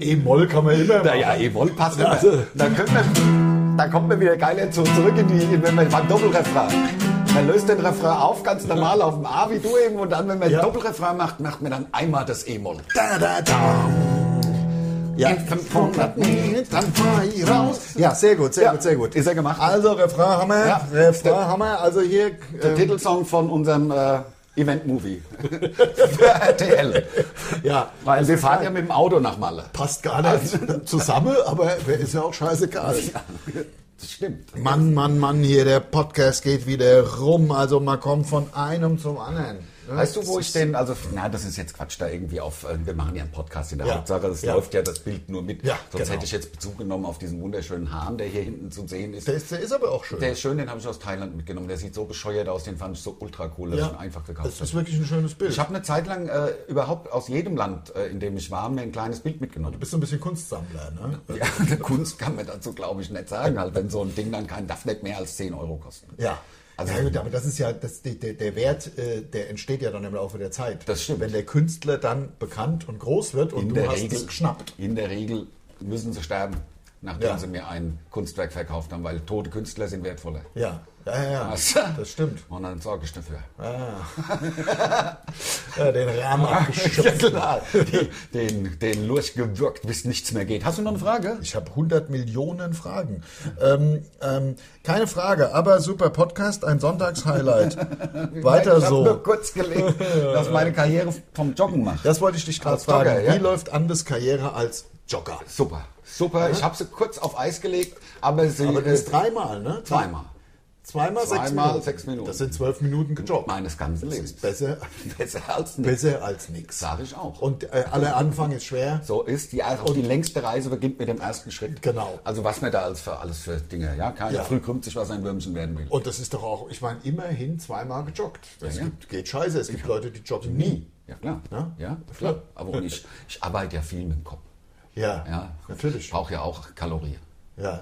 Speaker 2: E-Moll kann man immer.
Speaker 3: Naja, ihr wollt passen.
Speaker 2: Also-
Speaker 3: Dann können wir, dann kommt man wieder geiler zu, zurück in die, in- wenn man beim Doppelrefrain. Man löst den Refrain auf, ganz normal auf dem A wie du eben, und dann, wenn man
Speaker 2: Ja.
Speaker 3: Doppelrefrain macht, macht man dann einmal das E-Moll.
Speaker 2: Da, da, da. Ja.
Speaker 3: In 500
Speaker 2: Metern fahr ich raus. Ja, sehr gut, sehr
Speaker 3: Ja,
Speaker 2: gut, sehr gut.
Speaker 3: ist er gemacht.
Speaker 2: Also, Refrain haben wir.
Speaker 3: Ja.
Speaker 2: Refrain haben wir. Also hier.
Speaker 3: Der
Speaker 2: ähm,
Speaker 3: Titelsong von unserem äh, Event-Movie für RTL.
Speaker 2: ja,
Speaker 3: Weil wir fahren ja mit dem Auto nach Malle. Also,
Speaker 2: passt gar nicht zusammen, aber ist ja auch scheißegal.
Speaker 3: Das stimmt.
Speaker 2: Mann, Mann, Mann, hier, der Podcast geht wieder rum. Also, man kommt von einem zum anderen. Ne?
Speaker 3: Weißt du, wo ich den, also, na, das ist jetzt Quatsch, da irgendwie auf, äh, wir machen ja einen Podcast in der
Speaker 2: Ja.
Speaker 3: Hauptsache, das
Speaker 2: Ja.
Speaker 3: läuft ja das Bild nur mit.
Speaker 2: Ja,
Speaker 3: Sonst
Speaker 2: genau.
Speaker 3: hätte ich jetzt Bezug genommen auf diesen wunderschönen Hahn, der hier hinten zu sehen ist.
Speaker 2: Der ist, der ist aber auch schön.
Speaker 3: Der ist schön, den habe ich aus Thailand mitgenommen. Der sieht so bescheuert aus, den fand ich so ultra cool, dass ich ihn einfach gekauft
Speaker 2: Das ist
Speaker 3: habe.
Speaker 2: wirklich ein schönes Bild.
Speaker 3: Ich habe eine Zeit lang äh, überhaupt aus jedem Land, äh, in dem ich war, mir ein kleines Bild mitgenommen.
Speaker 2: bist du ein bisschen Kunstsammler, ne?
Speaker 3: Ja, eine Kunst kann man dazu, glaube ich, nicht sagen. Halt, wenn so ein Ding dann kein, darf nicht mehr als 10 Euro kosten.
Speaker 2: Ja.
Speaker 3: Also-
Speaker 2: ja, gut, aber das ist ja, das, der, der- der Wert, äh, der entsteht ja dann im Laufe der Zeit.
Speaker 3: Das stimmt.
Speaker 2: Wenn der Künstler dann bekannt und groß wird und
Speaker 3: In
Speaker 2: du
Speaker 3: der
Speaker 2: hast
Speaker 3: Regel-
Speaker 2: es geschnappt.
Speaker 3: In der Regel müssen sie sterben, nachdem
Speaker 2: Ja.
Speaker 3: sie mir ein Kunstwerk verkauft haben, weil tote Künstler sind wertvoller.
Speaker 2: Ja, ja, ja, ja.
Speaker 3: Was?
Speaker 2: das stimmt.
Speaker 3: Und dann sorge ich dafür.
Speaker 2: Ja, den Rahmen
Speaker 3: Ja,
Speaker 2: abgeschöpft.
Speaker 3: klar. Den, den, den Lurch gewürgt, bis nichts mehr geht. Hast du noch eine Frage?
Speaker 2: Ich habe 100 Millionen Fragen. Ähm, ähm, keine Frage, aber super Podcast, ein Sonntagshighlight. Weiter
Speaker 3: ich Ich
Speaker 2: so.
Speaker 3: nur kurz gelegt, dass meine Karriere vom Joggen macht.
Speaker 2: Das wollte ich dich gerade
Speaker 3: Als Jogger,
Speaker 2: fragen.
Speaker 3: ja.
Speaker 2: Wie läuft Anders Karriere als Jogger?
Speaker 3: Super, super. Ich habe sie kurz auf Eis gelegt, aber sie
Speaker 2: Aber das ist
Speaker 3: äh,
Speaker 2: dreimal, ne?
Speaker 3: zweimal.
Speaker 2: Zweimal, sechs
Speaker 3: Zweimal
Speaker 2: Minuten.
Speaker 3: sechs Minuten.
Speaker 2: Das sind zwölf Minuten gejoggt.
Speaker 3: Meines ganzen
Speaker 2: Das
Speaker 3: Lebens.
Speaker 2: ist besser,
Speaker 3: Besser als nichts.
Speaker 2: besser als nichts.
Speaker 3: Sag ich auch.
Speaker 2: Und äh, aller Anfang ist schwer.
Speaker 3: so ist die, auch die längste Reise beginnt mit dem ersten Schritt.
Speaker 2: Genau.
Speaker 3: Also was mir da alles für, alles für Dinge, ja, keiner
Speaker 2: Ja.
Speaker 3: früh krümmt sich, was ein Würmchen werden will.
Speaker 2: Und das ist doch auch, ich meine, immerhin zweimal gejoggt. Es
Speaker 3: ja.
Speaker 2: gibt, geht scheiße, es gibt Leute, die joggen nie.
Speaker 3: ja klar,
Speaker 2: Ja?
Speaker 3: ja, klar. Aber und ich, ich arbeite ja viel mit dem Kopf.
Speaker 2: Ja,
Speaker 3: Ja,
Speaker 2: natürlich.
Speaker 3: Ich brauche ja auch Kalorien.
Speaker 2: Ja.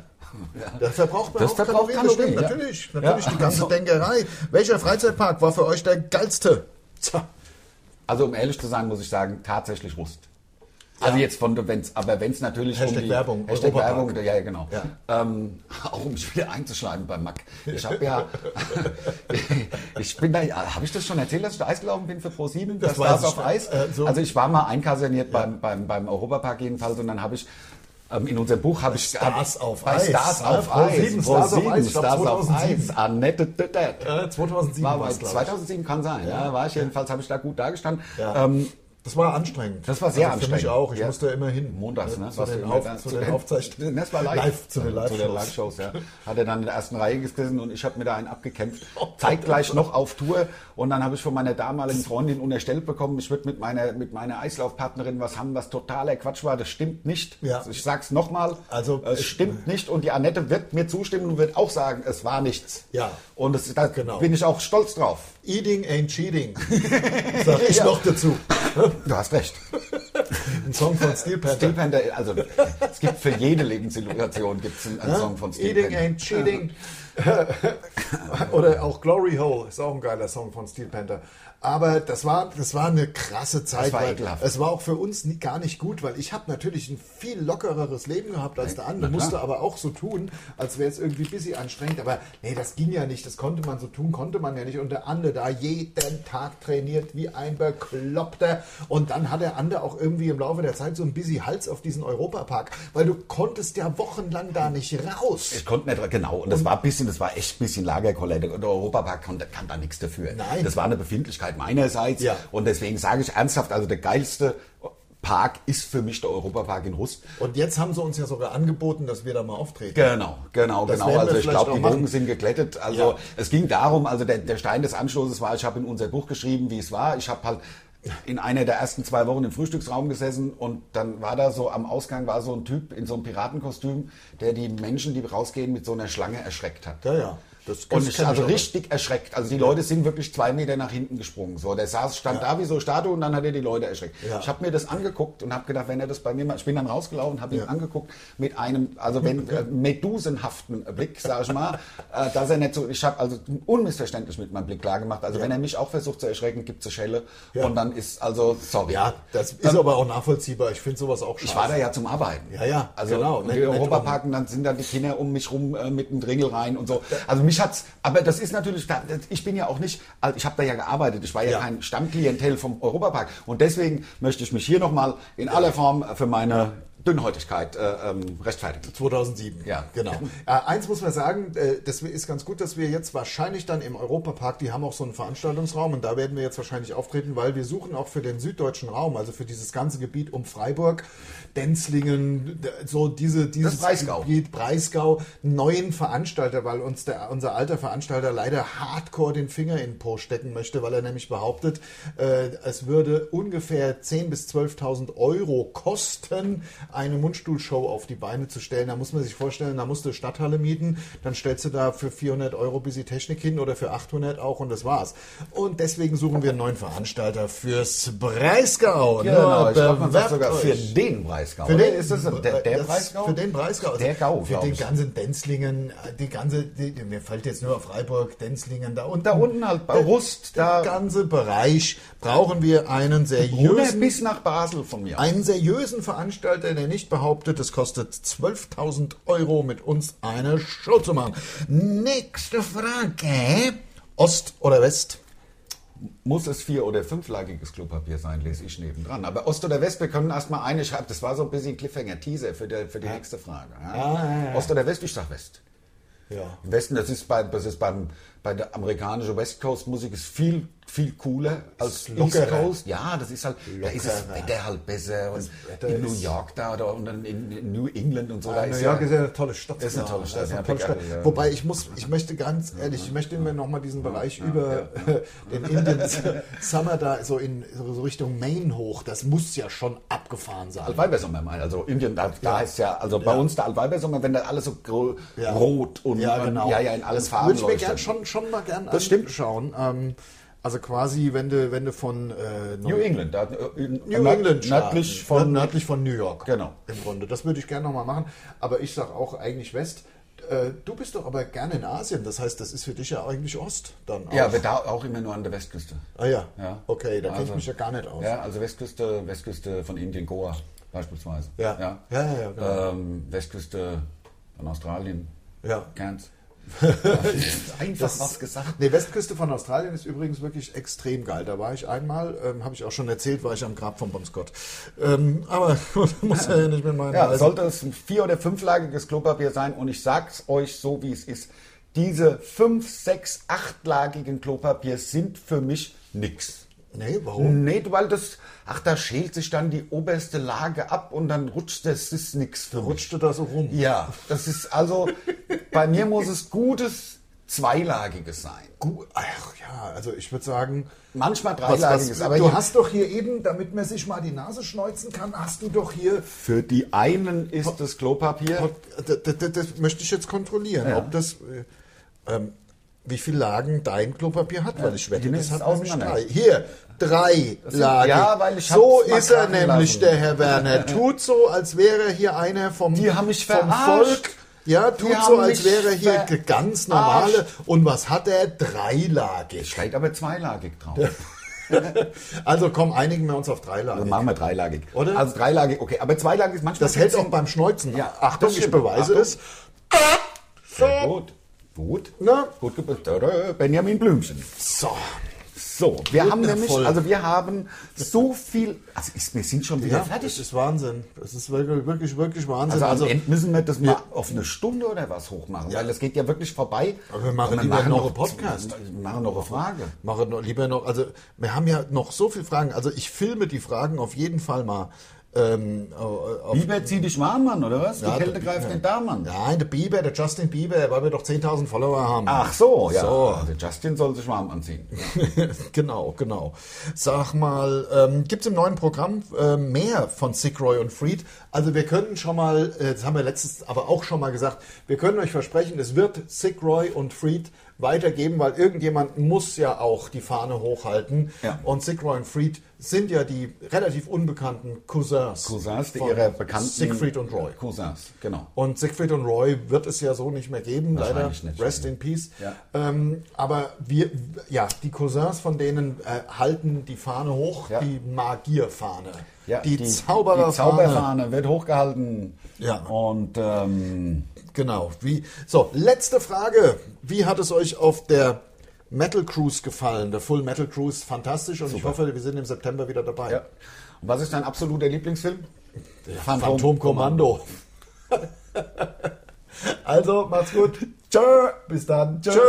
Speaker 2: Das verbraucht man
Speaker 3: Das
Speaker 2: auch
Speaker 3: verbraucht Kalorien,
Speaker 2: bestimmt.
Speaker 3: ja.
Speaker 2: Natürlich, natürlich
Speaker 3: Ja,
Speaker 2: die ganze
Speaker 3: also-
Speaker 2: Denkerei. Welcher Freizeitpark war für euch der geilste? Tja.
Speaker 3: Also um ehrlich zu sein, muss ich sagen, tatsächlich Rust. Also jetzt von wenn's, aber wenn es natürlich um
Speaker 2: Hashtag
Speaker 3: die
Speaker 2: Werbung,
Speaker 3: Hashtag
Speaker 2: Europapark.
Speaker 3: Werbung, ja ja, genau.
Speaker 2: Ja.
Speaker 3: Ähm, auch um mich wieder einzuschleimen beim Mack. Ich habe ja, ich bin da, habe ich das schon erzählt, dass ich da Eis gelaufen bin für Pro 7?
Speaker 2: Das
Speaker 3: Das,
Speaker 2: weiß
Speaker 3: war's
Speaker 2: ich
Speaker 3: auf
Speaker 2: nicht.
Speaker 3: Eis.
Speaker 2: Äh, so.
Speaker 3: Also ich war mal einkaserniert beim, beim, beim Europapark jedenfalls und dann habe ich ähm, in unserem Buch habe ich
Speaker 2: Stars auf
Speaker 3: bei
Speaker 2: Eis,
Speaker 3: Stars
Speaker 2: ne?
Speaker 3: auf
Speaker 2: Pro
Speaker 3: Eis,
Speaker 2: 7
Speaker 3: Pro
Speaker 2: Stars auf
Speaker 3: 7
Speaker 2: Eis, ich glaub,
Speaker 3: Stars auf
Speaker 2: 2007.
Speaker 3: Eis, Annette Döttert.
Speaker 2: Äh, 2007
Speaker 3: War
Speaker 2: war's,
Speaker 3: bei
Speaker 2: glaub ich.
Speaker 3: 2007 kann sein, ja, war ich jedenfalls, habe ich da gut dagestanden.
Speaker 2: Ja.
Speaker 3: Ähm,
Speaker 2: Das war anstrengend. Also
Speaker 3: Das war sehr
Speaker 2: Für mich
Speaker 3: anstrengend.
Speaker 2: auch. Ich
Speaker 3: Ja.
Speaker 2: musste immer hin.
Speaker 3: Montags, ne?
Speaker 2: Zu
Speaker 3: Warst
Speaker 2: den,
Speaker 3: du
Speaker 2: Auf,
Speaker 3: immer da-
Speaker 2: zu den Aufzeichnungen.
Speaker 3: Das war live.
Speaker 2: Zu
Speaker 3: Zu
Speaker 2: den
Speaker 3: den
Speaker 2: Live-Shows.
Speaker 3: Live-Shows, ja. Hat er dann in der ersten Reihe gesessen und ich habe mir da einen abgekämpft.
Speaker 2: Oh,
Speaker 3: Zeigt gleich noch auf Tour. Und dann habe ich von meiner damaligen Freundin unterstellt bekommen, ich würde mit meiner, mit meiner Eislaufpartnerin was haben, was totaler Quatsch war. Das stimmt nicht.
Speaker 2: Ja.
Speaker 3: Ich sag's nochmal.
Speaker 2: Also,
Speaker 3: es
Speaker 2: ich-
Speaker 3: stimmt nicht. Und die Annette wird mir zustimmen und wird auch sagen, es war nichts.
Speaker 2: Ja.
Speaker 3: Und es, da
Speaker 2: Genau.
Speaker 3: bin ich auch stolz drauf.
Speaker 2: Eating ain't cheating. Sag ich
Speaker 3: Ja.
Speaker 2: noch dazu.
Speaker 3: Du hast recht.
Speaker 2: Ein Song von Steel Panther.
Speaker 3: Steel Panther, also es gibt für jede Lebenssituation gibt's einen, einen Song von Steel
Speaker 2: Eating
Speaker 3: Panther.
Speaker 2: ain't cheating. Oder auch Glory Hole ist auch ein geiler Song von Steel Panther. Aber das war, das war eine krasse Zeit.
Speaker 3: war
Speaker 2: weil
Speaker 3: ekelhaft.
Speaker 2: Es war auch für uns nie, gar nicht gut, weil ich habe natürlich ein viel lockereres Leben gehabt als der andere,
Speaker 3: na klar.
Speaker 2: musste aber auch so tun, als wäre es irgendwie busy anstrengend. Aber nee, das ging ja nicht, das konnte man so tun, konnte man ja nicht. Und der Ande da jeden Tag trainiert wie ein Bekloppter. Und dann hat der Ande auch irgendwie im Laufe der Zeit so ein busy Hals auf diesen Europapark, weil du konntest ja wochenlang da nicht raus.
Speaker 3: Ich konnte nicht, genau. Und das war ein bisschen, das war echt ein bisschen Lagerkoller. Der der Europapark konnte, kann da nichts dafür.
Speaker 2: Nein.
Speaker 3: Das war eine Befindlichkeit meinerseits.
Speaker 2: Ja.
Speaker 3: Und deswegen sage ich ernsthaft, also der geilste Park ist für mich der Europapark in Rust.
Speaker 2: Und jetzt haben sie uns ja sogar angeboten, dass wir da mal auftreten.
Speaker 3: Genau, genau,
Speaker 2: Das werden
Speaker 3: genau.
Speaker 2: wir
Speaker 3: Also ich
Speaker 2: vielleicht
Speaker 3: glaube,
Speaker 2: auch
Speaker 3: die
Speaker 2: machen.
Speaker 3: Wogen sind geklettert. Also
Speaker 2: Ja.
Speaker 3: es ging darum, also der, der Stein des Anstoßes war, ich habe in unser Buch geschrieben, wie es war. Ich habe halt in einer der ersten zwei Wochen im Frühstücksraum gesessen und dann war da so am Ausgang war so ein Typ in so einem Piratenkostüm, der die Menschen, die rausgehen, mit so einer Schlange erschreckt hat.
Speaker 2: Ja, ja. Das, das
Speaker 3: Und ich
Speaker 2: kenn
Speaker 3: also
Speaker 2: aber.
Speaker 3: richtig erschreckt. Also die Leute sind wirklich zwei Meter nach hinten gesprungen. So, der saß, stand da wie so eine Statue und dann hat er die Leute erschreckt.
Speaker 2: Ja.
Speaker 3: Ich habe mir das angeguckt und habe gedacht, wenn er das bei mir macht, ich bin dann rausgelaufen, habe ihn
Speaker 2: Ja.
Speaker 3: angeguckt mit einem, also wenn äh, medusenhaften Blick, sage ich mal, äh, dass er nicht so, ich habe also unmissverständlich mit meinem Blick klar gemacht. Also wenn er mich auch versucht zu erschrecken, gibt's eine Schelle
Speaker 2: Ja.
Speaker 3: und dann ist also sorry.
Speaker 2: Ja, das ist aber auch nachvollziehbar. Ich finde sowas auch scheiße.
Speaker 3: Ich war da ja zum Arbeiten.
Speaker 2: Ja, ja,
Speaker 3: Also
Speaker 2: genau.
Speaker 3: genau.
Speaker 2: Nicht-
Speaker 3: Mit
Speaker 2: nicht
Speaker 3: Europaparken, dann sind da die Kinder um mich rum äh, mit dem Dringel rein und so. Also mich hat's, aber das ist natürlich, da- das- ich bin ja auch nicht, also ich habe da ja gearbeitet, ich war ja,
Speaker 2: Ja.
Speaker 3: kein Stammklientel vom Europapark. Und deswegen möchte ich mich hier nochmal in aller Form für meine Dünnhäutigkeit äh, ähm, rechtfertigen.
Speaker 2: 2007.
Speaker 3: Ja.
Speaker 2: genau. Äh, eins muss man sagen, äh, das ist ganz gut, dass wir jetzt wahrscheinlich dann im Europapark, die haben auch so einen Veranstaltungsraum und da werden wir jetzt wahrscheinlich auftreten, weil wir suchen auch für den süddeutschen Raum, also für dieses ganze Gebiet um Freiburg, Denzlingen, d- so diese, dieses
Speaker 3: Breisgau.
Speaker 2: Gebiet Breisgau, einen neuen Veranstalter, weil uns der, unser alter Veranstalter leider hardcore den Finger in den Po stecken möchte, weil er nämlich behauptet, äh, es würde ungefähr 10.000 bis 12.000 Euro kosten, eine Mundstuhlshow auf die Beine zu stellen. Da muss man sich vorstellen, da musst du Stadthalle mieten, dann stellst du da für 400 Euro busy Technik hin oder für 800 auch und das war's. Und deswegen suchen wir einen neuen Veranstalter fürs Breisgau.
Speaker 3: Genau,
Speaker 2: Nur
Speaker 3: ich glaube, man sagt
Speaker 2: bewerbt
Speaker 3: sogar für
Speaker 2: euch.
Speaker 3: den Breisgau.
Speaker 2: Für
Speaker 3: oder?
Speaker 2: den, Äh,
Speaker 3: ist das der, der
Speaker 2: das-
Speaker 3: Breisgau?
Speaker 2: Für den Breisgau. also
Speaker 3: Der Gau,
Speaker 2: Für
Speaker 3: glaub
Speaker 2: den
Speaker 3: ich.
Speaker 2: ganzen Denzlingen, die ganze, die, mir fällt jetzt nur Freiburg, Denzlingen, da unten.
Speaker 3: Da unten halt, bei
Speaker 2: Der-
Speaker 3: Rust,
Speaker 2: Der
Speaker 3: da-
Speaker 2: ganze Bereich brauchen wir einen
Speaker 3: Oder
Speaker 2: seriösen,
Speaker 3: bis nach Basel von mir.
Speaker 2: einen seriösen Veranstalter, der nicht behauptet, es kostet 12.000 Euro, mit uns eine Show zu machen. Nächste Frage. Ost oder West?
Speaker 3: muss es vier- oder fünflagiges Klopapier sein, lese ich nebendran. Aber Ost oder West, wir können erstmal eine schreiben. Das war so ein bisschen Cliffhanger-Teaser für, der- für die nächste Frage. Ja? Ost oder West, ich sag West.
Speaker 2: Ja.
Speaker 3: Im Westen, das ist, bei, das ist beim, bei der amerikanischen West Coast Musik ist viel, viel cooler als
Speaker 2: lockerer.
Speaker 3: East Coast. Ja, das ist halt, da ist das
Speaker 2: Lockerer.
Speaker 3: Wetter halt besser. Und
Speaker 2: Wetter
Speaker 3: in New
Speaker 2: ist- Ah,
Speaker 3: York da oder und dann in, in New England und so. da
Speaker 2: New York ist ja eine tolle Stadt.
Speaker 3: Ist eine
Speaker 2: Ja,
Speaker 3: tolle Stadt,
Speaker 2: ist eine
Speaker 3: ja,
Speaker 2: tolle Stadt.
Speaker 3: Big Apple, ja.
Speaker 2: Wobei ich muss, ich möchte ganz ehrlich, ich möchte mir nochmal diesen Bereich über den Indian Summer da so in so Richtung Maine hoch, das muss ja schon abgefahren sein.
Speaker 3: Altweibersommer meinen, also Indien, da, da
Speaker 2: Ja.
Speaker 3: heißt ja, also bei
Speaker 2: Ja.
Speaker 3: uns der Altweibersommer, wenn da alles so gro-
Speaker 2: Ja.
Speaker 3: rot und
Speaker 2: ja, genau.
Speaker 3: ja, ja, in allen
Speaker 2: das
Speaker 3: Farben
Speaker 2: Würde ich mir
Speaker 3: leuchtet.
Speaker 2: gern, schon, schon mal gerne
Speaker 3: Das stimmt.
Speaker 2: anschauen. Ähm, Also quasi, wenn du, wenn du von äh,
Speaker 3: New England. Da, äh,
Speaker 2: New England
Speaker 3: Nördlich
Speaker 2: starten.
Speaker 3: von...
Speaker 2: nördlich von New York.
Speaker 3: Genau.
Speaker 2: Im Grunde. Das würde ich gerne nochmal machen. Aber ich sage auch eigentlich West. Äh, Du bist doch aber gerne in Asien. Das heißt, das ist für dich ja eigentlich Ost dann auch.
Speaker 3: Ja, aber da auch immer nur an der Westküste.
Speaker 2: ah ja.
Speaker 3: Ja.
Speaker 2: Okay, da kenne ich
Speaker 3: Also-
Speaker 2: mich ja gar nicht aus.
Speaker 3: Ja, also Westküste, Westküste von Indien, Goa beispielsweise.
Speaker 2: Ja.
Speaker 3: ja.
Speaker 2: Ja, ja, ja, genau.
Speaker 3: ähm, Westküste von Australien,
Speaker 2: Ja.
Speaker 3: Cairns.
Speaker 2: Einfach
Speaker 3: was gesagt.
Speaker 2: Nee, Westküste von Australien ist übrigens wirklich extrem geil. Da war ich einmal, ähm, habe ich auch schon erzählt, war ich am Grab von Bon Scott. Ähm, aber muss ja nicht mit meinen
Speaker 3: Ja,
Speaker 2: Reisen-
Speaker 3: sollte es ein vier- oder fünflagiges Klopapier sein und ich sag's euch so, wie es ist. Diese fünf, sechs, achtlagigen Klopapier sind für mich nix.
Speaker 2: Nee, warum?
Speaker 3: Nee, weil das, ach, da schält sich dann die oberste Lage ab und dann rutscht das, ist nix für mich.
Speaker 2: Rutschte da so rum.
Speaker 3: Ja, das ist also, bei mir muss es gutes Zweilagiges sein.
Speaker 2: Gut, ach ja, also ich würde sagen,
Speaker 3: Manchmal
Speaker 2: was,
Speaker 3: dreilagiges,
Speaker 2: was,
Speaker 3: aber
Speaker 2: du
Speaker 3: hier-
Speaker 2: hast doch hier eben, damit man sich mal die Nase schneuzen kann, hast du doch hier.
Speaker 3: für die einen ist das Klopapier.
Speaker 2: Das, das, das möchte ich jetzt kontrollieren, ob das. äh, Ähm, wie viele Lagen dein Klopapier hat, weil ich wette,
Speaker 3: die
Speaker 2: das
Speaker 3: nimmst
Speaker 2: hat
Speaker 3: du
Speaker 2: nämlich
Speaker 3: auseinander.
Speaker 2: drei. Hier, drei
Speaker 3: sind-
Speaker 2: Lagen.
Speaker 3: ja, weil ich
Speaker 2: so
Speaker 3: hab's mal
Speaker 2: ist er
Speaker 3: krachen
Speaker 2: nämlich,
Speaker 3: lassen.
Speaker 2: der Herr Werner. Tut so, als wäre er hier einer vom,
Speaker 3: Die haben mich
Speaker 2: vom
Speaker 3: verarscht.
Speaker 2: Volk. Ja, tut
Speaker 3: haben
Speaker 2: so, als
Speaker 3: mich
Speaker 2: wäre er hier
Speaker 3: verarscht.
Speaker 2: ganz normale. Und was hat er? Dreilagig.
Speaker 3: Steht aber zweilagig drauf.
Speaker 2: Also komm, einigen wir uns auf drei
Speaker 3: Dann
Speaker 2: Lagen.
Speaker 3: Also machen wir dreilagig.
Speaker 2: Oder?
Speaker 3: Also dreilagig, okay. Aber zweilagig ist manchmal.
Speaker 2: Das hält auch beim Schneuzen.
Speaker 3: Ja,
Speaker 2: Achtung,
Speaker 3: das
Speaker 2: ich
Speaker 3: stimmt.
Speaker 2: beweise
Speaker 3: Achtung.
Speaker 2: es.
Speaker 3: Sehr gut. Gut.
Speaker 2: Na?
Speaker 3: Gut gepasst. Tada, Benjamin Blümchen.
Speaker 2: So.
Speaker 3: So, wir haben nämlich,
Speaker 2: Wundervoll.
Speaker 3: also wir haben so viel. Also ist, wir sind schon wieder
Speaker 2: Ja,
Speaker 3: fertig.
Speaker 2: das ist Wahnsinn. Das ist wirklich, wirklich, wirklich Wahnsinn.
Speaker 3: Also,
Speaker 2: Also,
Speaker 3: am Ende müssen wir das mal auf eine Stunde oder was hochmachen, weil das geht ja wirklich vorbei.
Speaker 2: Aber wir machen
Speaker 3: Und
Speaker 2: lieber noch einen Podcast.
Speaker 3: Wir machen noch eine Frage.
Speaker 2: mache noch, lieber noch, also wir haben ja noch so viele Fragen. Also ich filme die Fragen auf jeden Fall mal. Ähm, auf,
Speaker 3: Biber, zieh dich warm, Mann, oder was? Die
Speaker 2: Ja,
Speaker 3: Kälte
Speaker 2: der
Speaker 3: greift
Speaker 2: Biber.
Speaker 3: den Darm an.
Speaker 2: nein, der Bieber, der Justin Bieber, weil wir doch 10.000 Follower haben.
Speaker 3: Ach so, ja.
Speaker 2: So.
Speaker 3: Der Justin soll sich warm anziehen.
Speaker 2: genau, genau. Sag mal, ähm, gibt es im neuen Programm äh, mehr von Sick Roy und Freed? Also wir können schon mal, äh, das haben wir letztens aber auch schon mal gesagt, wir können euch versprechen, es wird Sick Roy und Freed weitergeben, weil irgendjemand muss ja auch die Fahne hochhalten.
Speaker 3: Ja.
Speaker 2: Und Sick Roy und Freed sind ja die relativ unbekannten Cousins.
Speaker 3: Cousins, die
Speaker 2: von
Speaker 3: ihrer bekannten.
Speaker 2: Siegfried und Roy.
Speaker 3: Cousins, genau.
Speaker 2: Und Siegfried und Roy wird es ja so nicht mehr geben, leider.
Speaker 3: Wahrscheinlich nicht.
Speaker 2: Rest in Peace.
Speaker 3: Ja.
Speaker 2: Ähm, aber wir, ja, die Cousins von denen äh, halten die Fahne hoch,
Speaker 3: Ja.
Speaker 2: die Magierfahne.
Speaker 3: Ja,
Speaker 2: die,
Speaker 3: die
Speaker 2: Zaubererfahne.
Speaker 3: Zauberfahne wird hochgehalten.
Speaker 2: Ja.
Speaker 3: Und ähm,
Speaker 2: Genau. Wie, so, letzte Frage. Wie hat es euch auf der Metal Cruise gefallen? Der Full Metal Cruise, fantastisch. Und ich hoffe, wir sind im September wieder dabei.
Speaker 3: ja. Und was ist dein absoluter Lieblingsfilm?
Speaker 2: Phantom, Kommando. also, macht's gut. Tschö. Bis dann. Tschö.